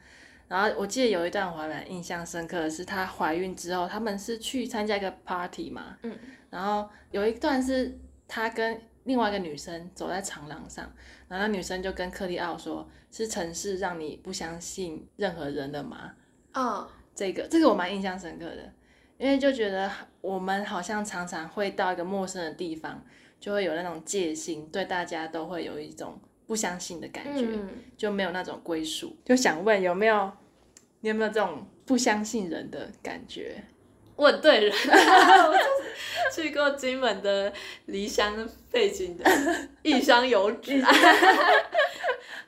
[SPEAKER 2] 然后我记得有一段我还蛮印象深刻的是，她怀孕之后，他们是去参加一个 party 嘛，
[SPEAKER 1] 嗯，
[SPEAKER 2] 然后有一段是她跟另外一个女生走在长廊上，然后那女生就跟克利奥说：“是城市让你不相信任何人的吗？”
[SPEAKER 1] 嗯，
[SPEAKER 2] 这个这个我蛮印象深刻的，因为就觉得我们好像常常会到一个陌生的地方，就会有那种戒心，对大家都会有一种不相信的感觉，
[SPEAKER 1] 嗯
[SPEAKER 2] 就没有那种归属。就想问有没有你有没有这种不相信人的感觉？
[SPEAKER 1] 问对人， 我就是去过金门的离乡背景 的异乡游子啊。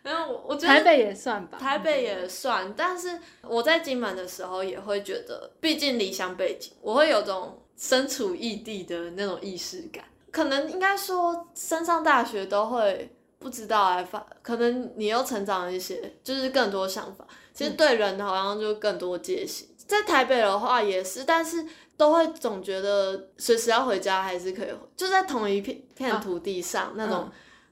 [SPEAKER 1] 然后我我觉
[SPEAKER 2] 台
[SPEAKER 1] 得
[SPEAKER 2] 北也算吧，
[SPEAKER 1] 台北也算，但是我在金门的时候也会觉得，毕竟离乡背景，我会有种身处异地的那种意识感。哎可能应该说，升上大学都会不知道哎、发可能你又成长了一些，就是更多想法。其实对人好像就更多戒心。在台北的话也是，但是都会总觉得随时要回家还是可以回，就在同一片片土地上、那种、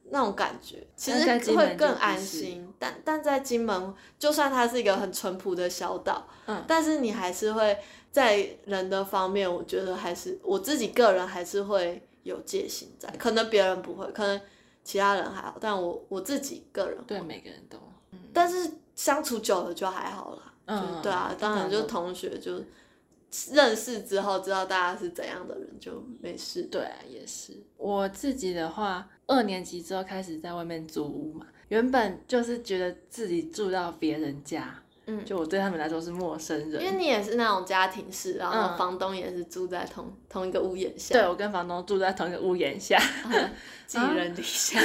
[SPEAKER 1] 那种感觉，其
[SPEAKER 2] 但在
[SPEAKER 1] 实
[SPEAKER 2] 金门
[SPEAKER 1] 会更
[SPEAKER 2] 就不
[SPEAKER 1] 安
[SPEAKER 2] 是
[SPEAKER 1] 心。但但在金门，就算它是一个很淳朴的小岛，
[SPEAKER 2] 嗯
[SPEAKER 1] 但是你还是会在人的方面，我觉得还是我自己个人还是会有戒心在，可能别人不会，可能其他人还好，但我我自己个人会
[SPEAKER 2] 对每个人都，嗯
[SPEAKER 1] 但是相处久了就还好了，
[SPEAKER 2] 嗯
[SPEAKER 1] 就是对啊，当然
[SPEAKER 2] 当然
[SPEAKER 1] 就同学就认识之后知道大家是怎样的人就没事。
[SPEAKER 2] 对啊，也是。我自己的话，二年级之后开始在外面租屋嘛，原本就是觉得自己住到别人家，
[SPEAKER 1] 嗯，
[SPEAKER 2] 就我对他们来说是陌生
[SPEAKER 1] 因为
[SPEAKER 2] 人。
[SPEAKER 1] 你也是那种家庭式，然后
[SPEAKER 2] 嗯
[SPEAKER 1] 房东也是住在同同一个屋檐下，
[SPEAKER 2] 对，我跟房东住在同一个屋檐下，
[SPEAKER 1] 嗯， 寄人篱下，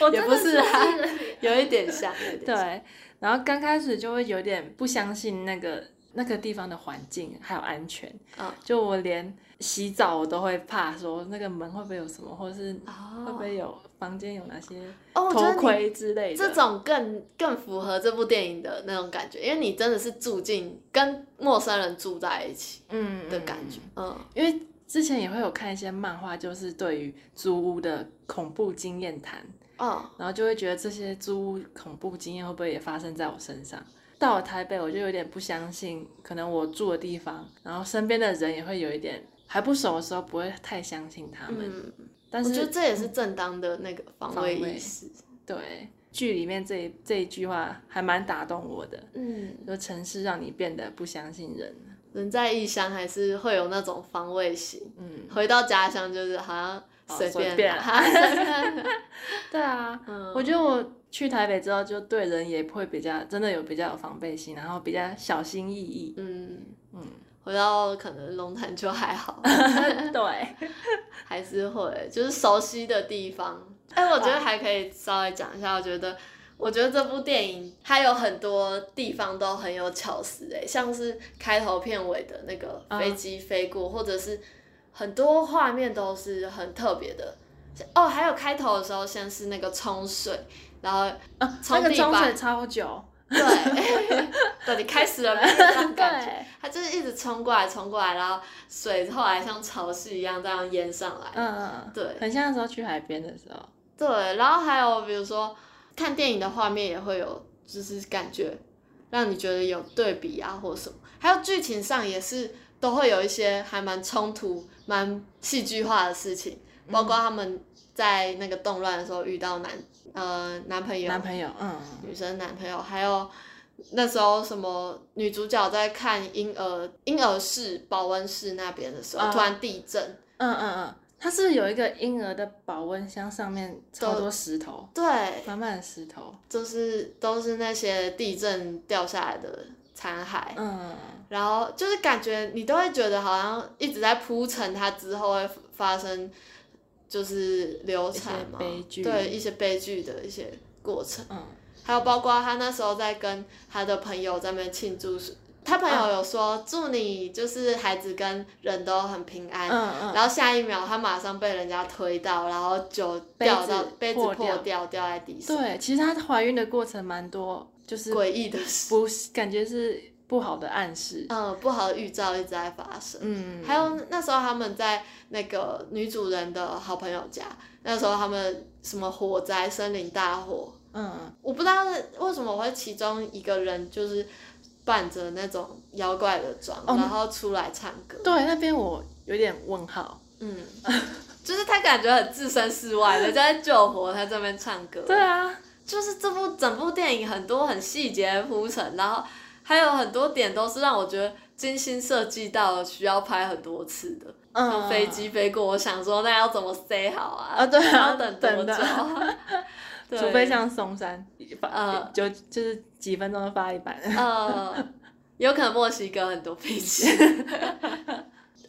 [SPEAKER 2] 我
[SPEAKER 1] 也
[SPEAKER 2] 真
[SPEAKER 1] 不
[SPEAKER 2] 的
[SPEAKER 1] 是啊， 有一点像，有一点像
[SPEAKER 2] 对，然后刚开始就会有点不相信那个那个地方的环境还有安全，
[SPEAKER 1] 嗯
[SPEAKER 2] 就我连洗澡我都会怕，说那个门会不会有什么，或是会不
[SPEAKER 1] 哦
[SPEAKER 2] 会有房间有哪些
[SPEAKER 1] 哦，我觉
[SPEAKER 2] 头
[SPEAKER 1] 得你
[SPEAKER 2] 盔之类的。
[SPEAKER 1] 这种更更符合这部电影的那种感觉，因为你真的是住进跟陌生人住在一起
[SPEAKER 2] 嗯
[SPEAKER 1] 的感觉，嗯
[SPEAKER 2] 因为之前也会有看一些漫画，就是对于租屋的恐怖经验谈，
[SPEAKER 1] 嗯
[SPEAKER 2] 然后就会觉得这些租屋恐怖经验会不会也发生在我身上？到了台北，我就有点不相信，可能我住的地方，然后身边的人也会有一点还不熟的时候，不会太相信他们。
[SPEAKER 1] 嗯。
[SPEAKER 2] 但
[SPEAKER 1] 我觉得
[SPEAKER 2] 是
[SPEAKER 1] 这也是正当的那个防
[SPEAKER 2] 防
[SPEAKER 1] 卫意
[SPEAKER 2] 卫
[SPEAKER 1] 识。
[SPEAKER 2] 对剧里面这一这一句话还蛮打动我的，
[SPEAKER 1] 嗯，
[SPEAKER 2] 就城市让你变得不相信人。
[SPEAKER 1] 人在异乡还是会有那种防卫心，
[SPEAKER 2] 嗯，
[SPEAKER 1] 回到家乡就是好像哦随
[SPEAKER 2] 随
[SPEAKER 1] 便
[SPEAKER 2] 便
[SPEAKER 1] 啦，哈随便啦
[SPEAKER 2] 对啊，
[SPEAKER 1] 嗯
[SPEAKER 2] 我觉得我去台北之后，就对人也会比较真的有比较有防备心，然后比较小心翼翼。
[SPEAKER 1] 嗯，
[SPEAKER 2] 嗯，
[SPEAKER 1] 回到可能龙潭就还 好，
[SPEAKER 2] 对，
[SPEAKER 1] 还是会就是熟悉的地方。哎，我觉得还可以稍微讲一下，我觉得。我觉得这部电影它有很多地方都很有巧思诶、像是开头片尾的那个飞机飞
[SPEAKER 2] 嗯
[SPEAKER 1] 过，或者是很多画面都是很特别的。哦，还有开头的时候，先是那个冲水，然后
[SPEAKER 2] 啊，
[SPEAKER 1] 从
[SPEAKER 2] 那个
[SPEAKER 1] 地
[SPEAKER 2] 冲水
[SPEAKER 1] 板
[SPEAKER 2] 超久，
[SPEAKER 1] 对， 到底开始了没？这种感觉，
[SPEAKER 2] 对，
[SPEAKER 1] 它就是一直冲过来，冲过来，然后水后来像潮汐一样这样淹上来。
[SPEAKER 2] 嗯嗯，
[SPEAKER 1] 对
[SPEAKER 2] 很像那时候去海边的时候，
[SPEAKER 1] 对，然后还有比如说看电影的画面也会有，就是感觉让你觉得有对比啊，或什么，还有剧情上也是都会有一些还蛮冲突、蛮戏剧化的事情，包
[SPEAKER 2] 嗯
[SPEAKER 1] 括他们在那个动乱的时候遇到男呃男朋友、
[SPEAKER 2] 男朋友，嗯，
[SPEAKER 1] 女生男朋友，还有那时候什么女主角在看婴儿婴儿室保温室那边的时候，
[SPEAKER 2] 啊
[SPEAKER 1] 突然地震，
[SPEAKER 2] 嗯嗯嗯，它是不是有一个婴儿的保温箱上面超多石头，
[SPEAKER 1] 对，
[SPEAKER 2] 满满的石头，
[SPEAKER 1] 就是都是那些地震掉下来的残骸，
[SPEAKER 2] 嗯，
[SPEAKER 1] 然后就是感觉你都会觉得好像一直在铺陈它之后会发生就是流产嘛，
[SPEAKER 2] 一些悲剧
[SPEAKER 1] 对一些悲剧的一些过程，
[SPEAKER 2] 嗯，
[SPEAKER 1] 还有包括他那时候在跟他的朋友在那边庆祝时。他朋友有说、祝你就是孩子跟人都很平安，
[SPEAKER 2] 嗯嗯
[SPEAKER 1] 然后下一秒他马上被人家推到，然后酒
[SPEAKER 2] 杯
[SPEAKER 1] 掉
[SPEAKER 2] 子
[SPEAKER 1] 到杯子
[SPEAKER 2] 破
[SPEAKER 1] 破
[SPEAKER 2] 掉
[SPEAKER 1] 掉掉在地上，
[SPEAKER 2] 对，其实她怀孕的过程蛮多，就是
[SPEAKER 1] 诡异的事。
[SPEAKER 2] 不是感觉是不好的暗示，
[SPEAKER 1] 嗯，不好的预兆一直在发生。
[SPEAKER 2] 嗯，
[SPEAKER 1] 还有那时候他们在那个女主人的好朋友家，那时候他们什么火灾、森林大火，
[SPEAKER 2] 嗯，
[SPEAKER 1] 我不知道为什么会其中一个人就是扮着那种妖怪的妆，
[SPEAKER 2] 哦
[SPEAKER 1] 然后出来唱歌。
[SPEAKER 2] 对，那边我有点问号，
[SPEAKER 1] 嗯， 就是他感觉很置身事外，人家在救火，他这边唱歌。
[SPEAKER 2] 对啊，
[SPEAKER 1] 就是这部整部电影很多很细节的铺陈，然后还有很多点都是让我觉得精心设计到需要拍很多次的。
[SPEAKER 2] 嗯，
[SPEAKER 1] 像飞机飞过，我想说那要怎么塞好啊？
[SPEAKER 2] 啊对啊
[SPEAKER 1] 然后等多
[SPEAKER 2] 等的
[SPEAKER 1] 久 啊？对
[SPEAKER 2] 除非像松山发、
[SPEAKER 1] 呃
[SPEAKER 2] 就就是几分钟就发一版，
[SPEAKER 1] 呃，有可能墨西哥很多飞机。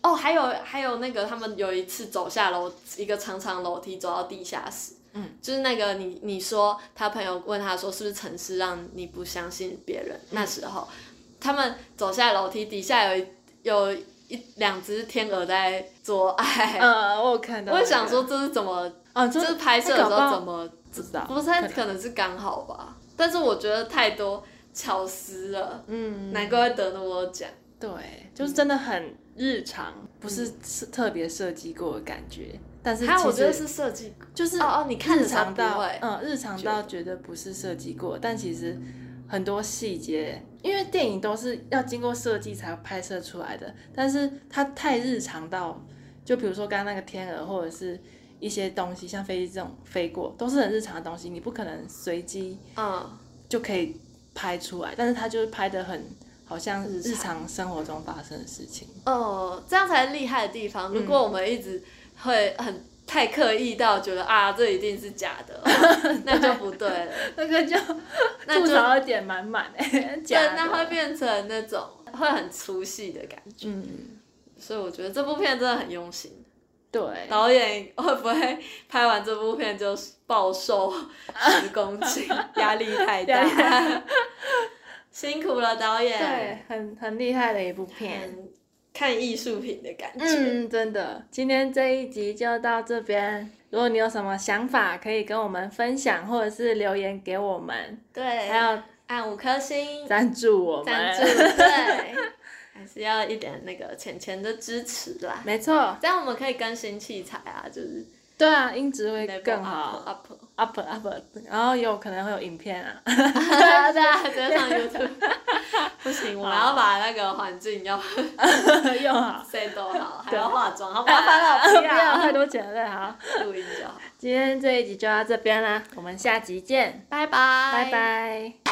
[SPEAKER 1] 哦，还有还有那个，他们有一次走下楼，一个长长楼梯走到地下室。
[SPEAKER 2] 嗯，
[SPEAKER 1] 就是那个你你说他朋友问他说是不是城市让你不相信别人？
[SPEAKER 2] 嗯
[SPEAKER 1] 那时候他们走下楼梯，底下有一有一两只天鹅在做爱。
[SPEAKER 2] 呃，我有看到、
[SPEAKER 1] 哎我也想说，这是怎么
[SPEAKER 2] 啊，
[SPEAKER 1] 就
[SPEAKER 2] 就是
[SPEAKER 1] 拍摄的时候怎么
[SPEAKER 2] 不知道，
[SPEAKER 1] 不是
[SPEAKER 2] 可
[SPEAKER 1] 太
[SPEAKER 2] 能
[SPEAKER 1] 可能是刚好吧？但是我觉得太多巧思了，
[SPEAKER 2] 嗯，
[SPEAKER 1] 难怪会得那么多奖。
[SPEAKER 2] 对，就是真的很日常，不是是特别设计过的感觉，但是
[SPEAKER 1] 嗯还有我
[SPEAKER 2] 其
[SPEAKER 1] 觉得
[SPEAKER 2] 实
[SPEAKER 1] 是设计，
[SPEAKER 2] 就是
[SPEAKER 1] 哦哦，你看
[SPEAKER 2] 日
[SPEAKER 1] 着它
[SPEAKER 2] 常
[SPEAKER 1] 不
[SPEAKER 2] 到
[SPEAKER 1] 会，
[SPEAKER 2] 嗯日常到觉得不是设计过，但其实很多细节，因为电影都是要经过设计才拍摄出来的，但是它太日常到，就比如说刚刚那个天鹅或者是。一些东西像飞机这种飞过，都是很日常的东西，你不可能随机
[SPEAKER 1] 嗯，
[SPEAKER 2] 就可以拍出来，但是它就是拍的很好像日常生活中发生的事 情。
[SPEAKER 1] 哦，这样才是厉害的地方。如果我们一直会很太刻意到觉得啊，这一定是假 的，那就不对了，
[SPEAKER 2] 那个就
[SPEAKER 1] 那
[SPEAKER 2] 吐
[SPEAKER 1] 就
[SPEAKER 2] 槽的点满满 哎，
[SPEAKER 1] 对，
[SPEAKER 2] 假的
[SPEAKER 1] 那会变成那种会很粗细的感觉。
[SPEAKER 2] 嗯，
[SPEAKER 1] 所以我觉得这部片真的很用心。
[SPEAKER 2] 对，
[SPEAKER 1] 导演会不会拍完这部片就暴瘦十公 斤？压力太
[SPEAKER 2] 压力太
[SPEAKER 1] 大，辛苦了导演。
[SPEAKER 2] 对，很很厉害的一部片。
[SPEAKER 1] 嗯，看艺术品的感觉。
[SPEAKER 2] 嗯，真的，今天这一集就到这边。如果你有什么想法，可以跟我们分享，或者是留言给我们，
[SPEAKER 1] 对，
[SPEAKER 2] 还有
[SPEAKER 1] 按五颗星
[SPEAKER 2] 赞助我们。
[SPEAKER 1] 赞助，对，还是要一点那个钱钱的支持啦。
[SPEAKER 2] 没错，
[SPEAKER 1] 这样我们可以更新器材啊，就是
[SPEAKER 2] 对啊，音质会
[SPEAKER 1] level
[SPEAKER 2] 更好
[SPEAKER 1] up up，
[SPEAKER 2] ，up up，然后有可能会有影片啊。
[SPEAKER 1] 对啊，直接上 YouTube。不 行，我们要把那个环境要
[SPEAKER 2] 又好，
[SPEAKER 1] 谁都好，还
[SPEAKER 2] 对
[SPEAKER 1] 要化妆，好 麻烦了，
[SPEAKER 2] 不
[SPEAKER 1] 不
[SPEAKER 2] 要太
[SPEAKER 1] 要
[SPEAKER 2] 多钱了，好。
[SPEAKER 1] 录音就好，
[SPEAKER 2] 今天这一集就到这边啦，我们下集见，
[SPEAKER 1] 拜拜，
[SPEAKER 2] 拜。拜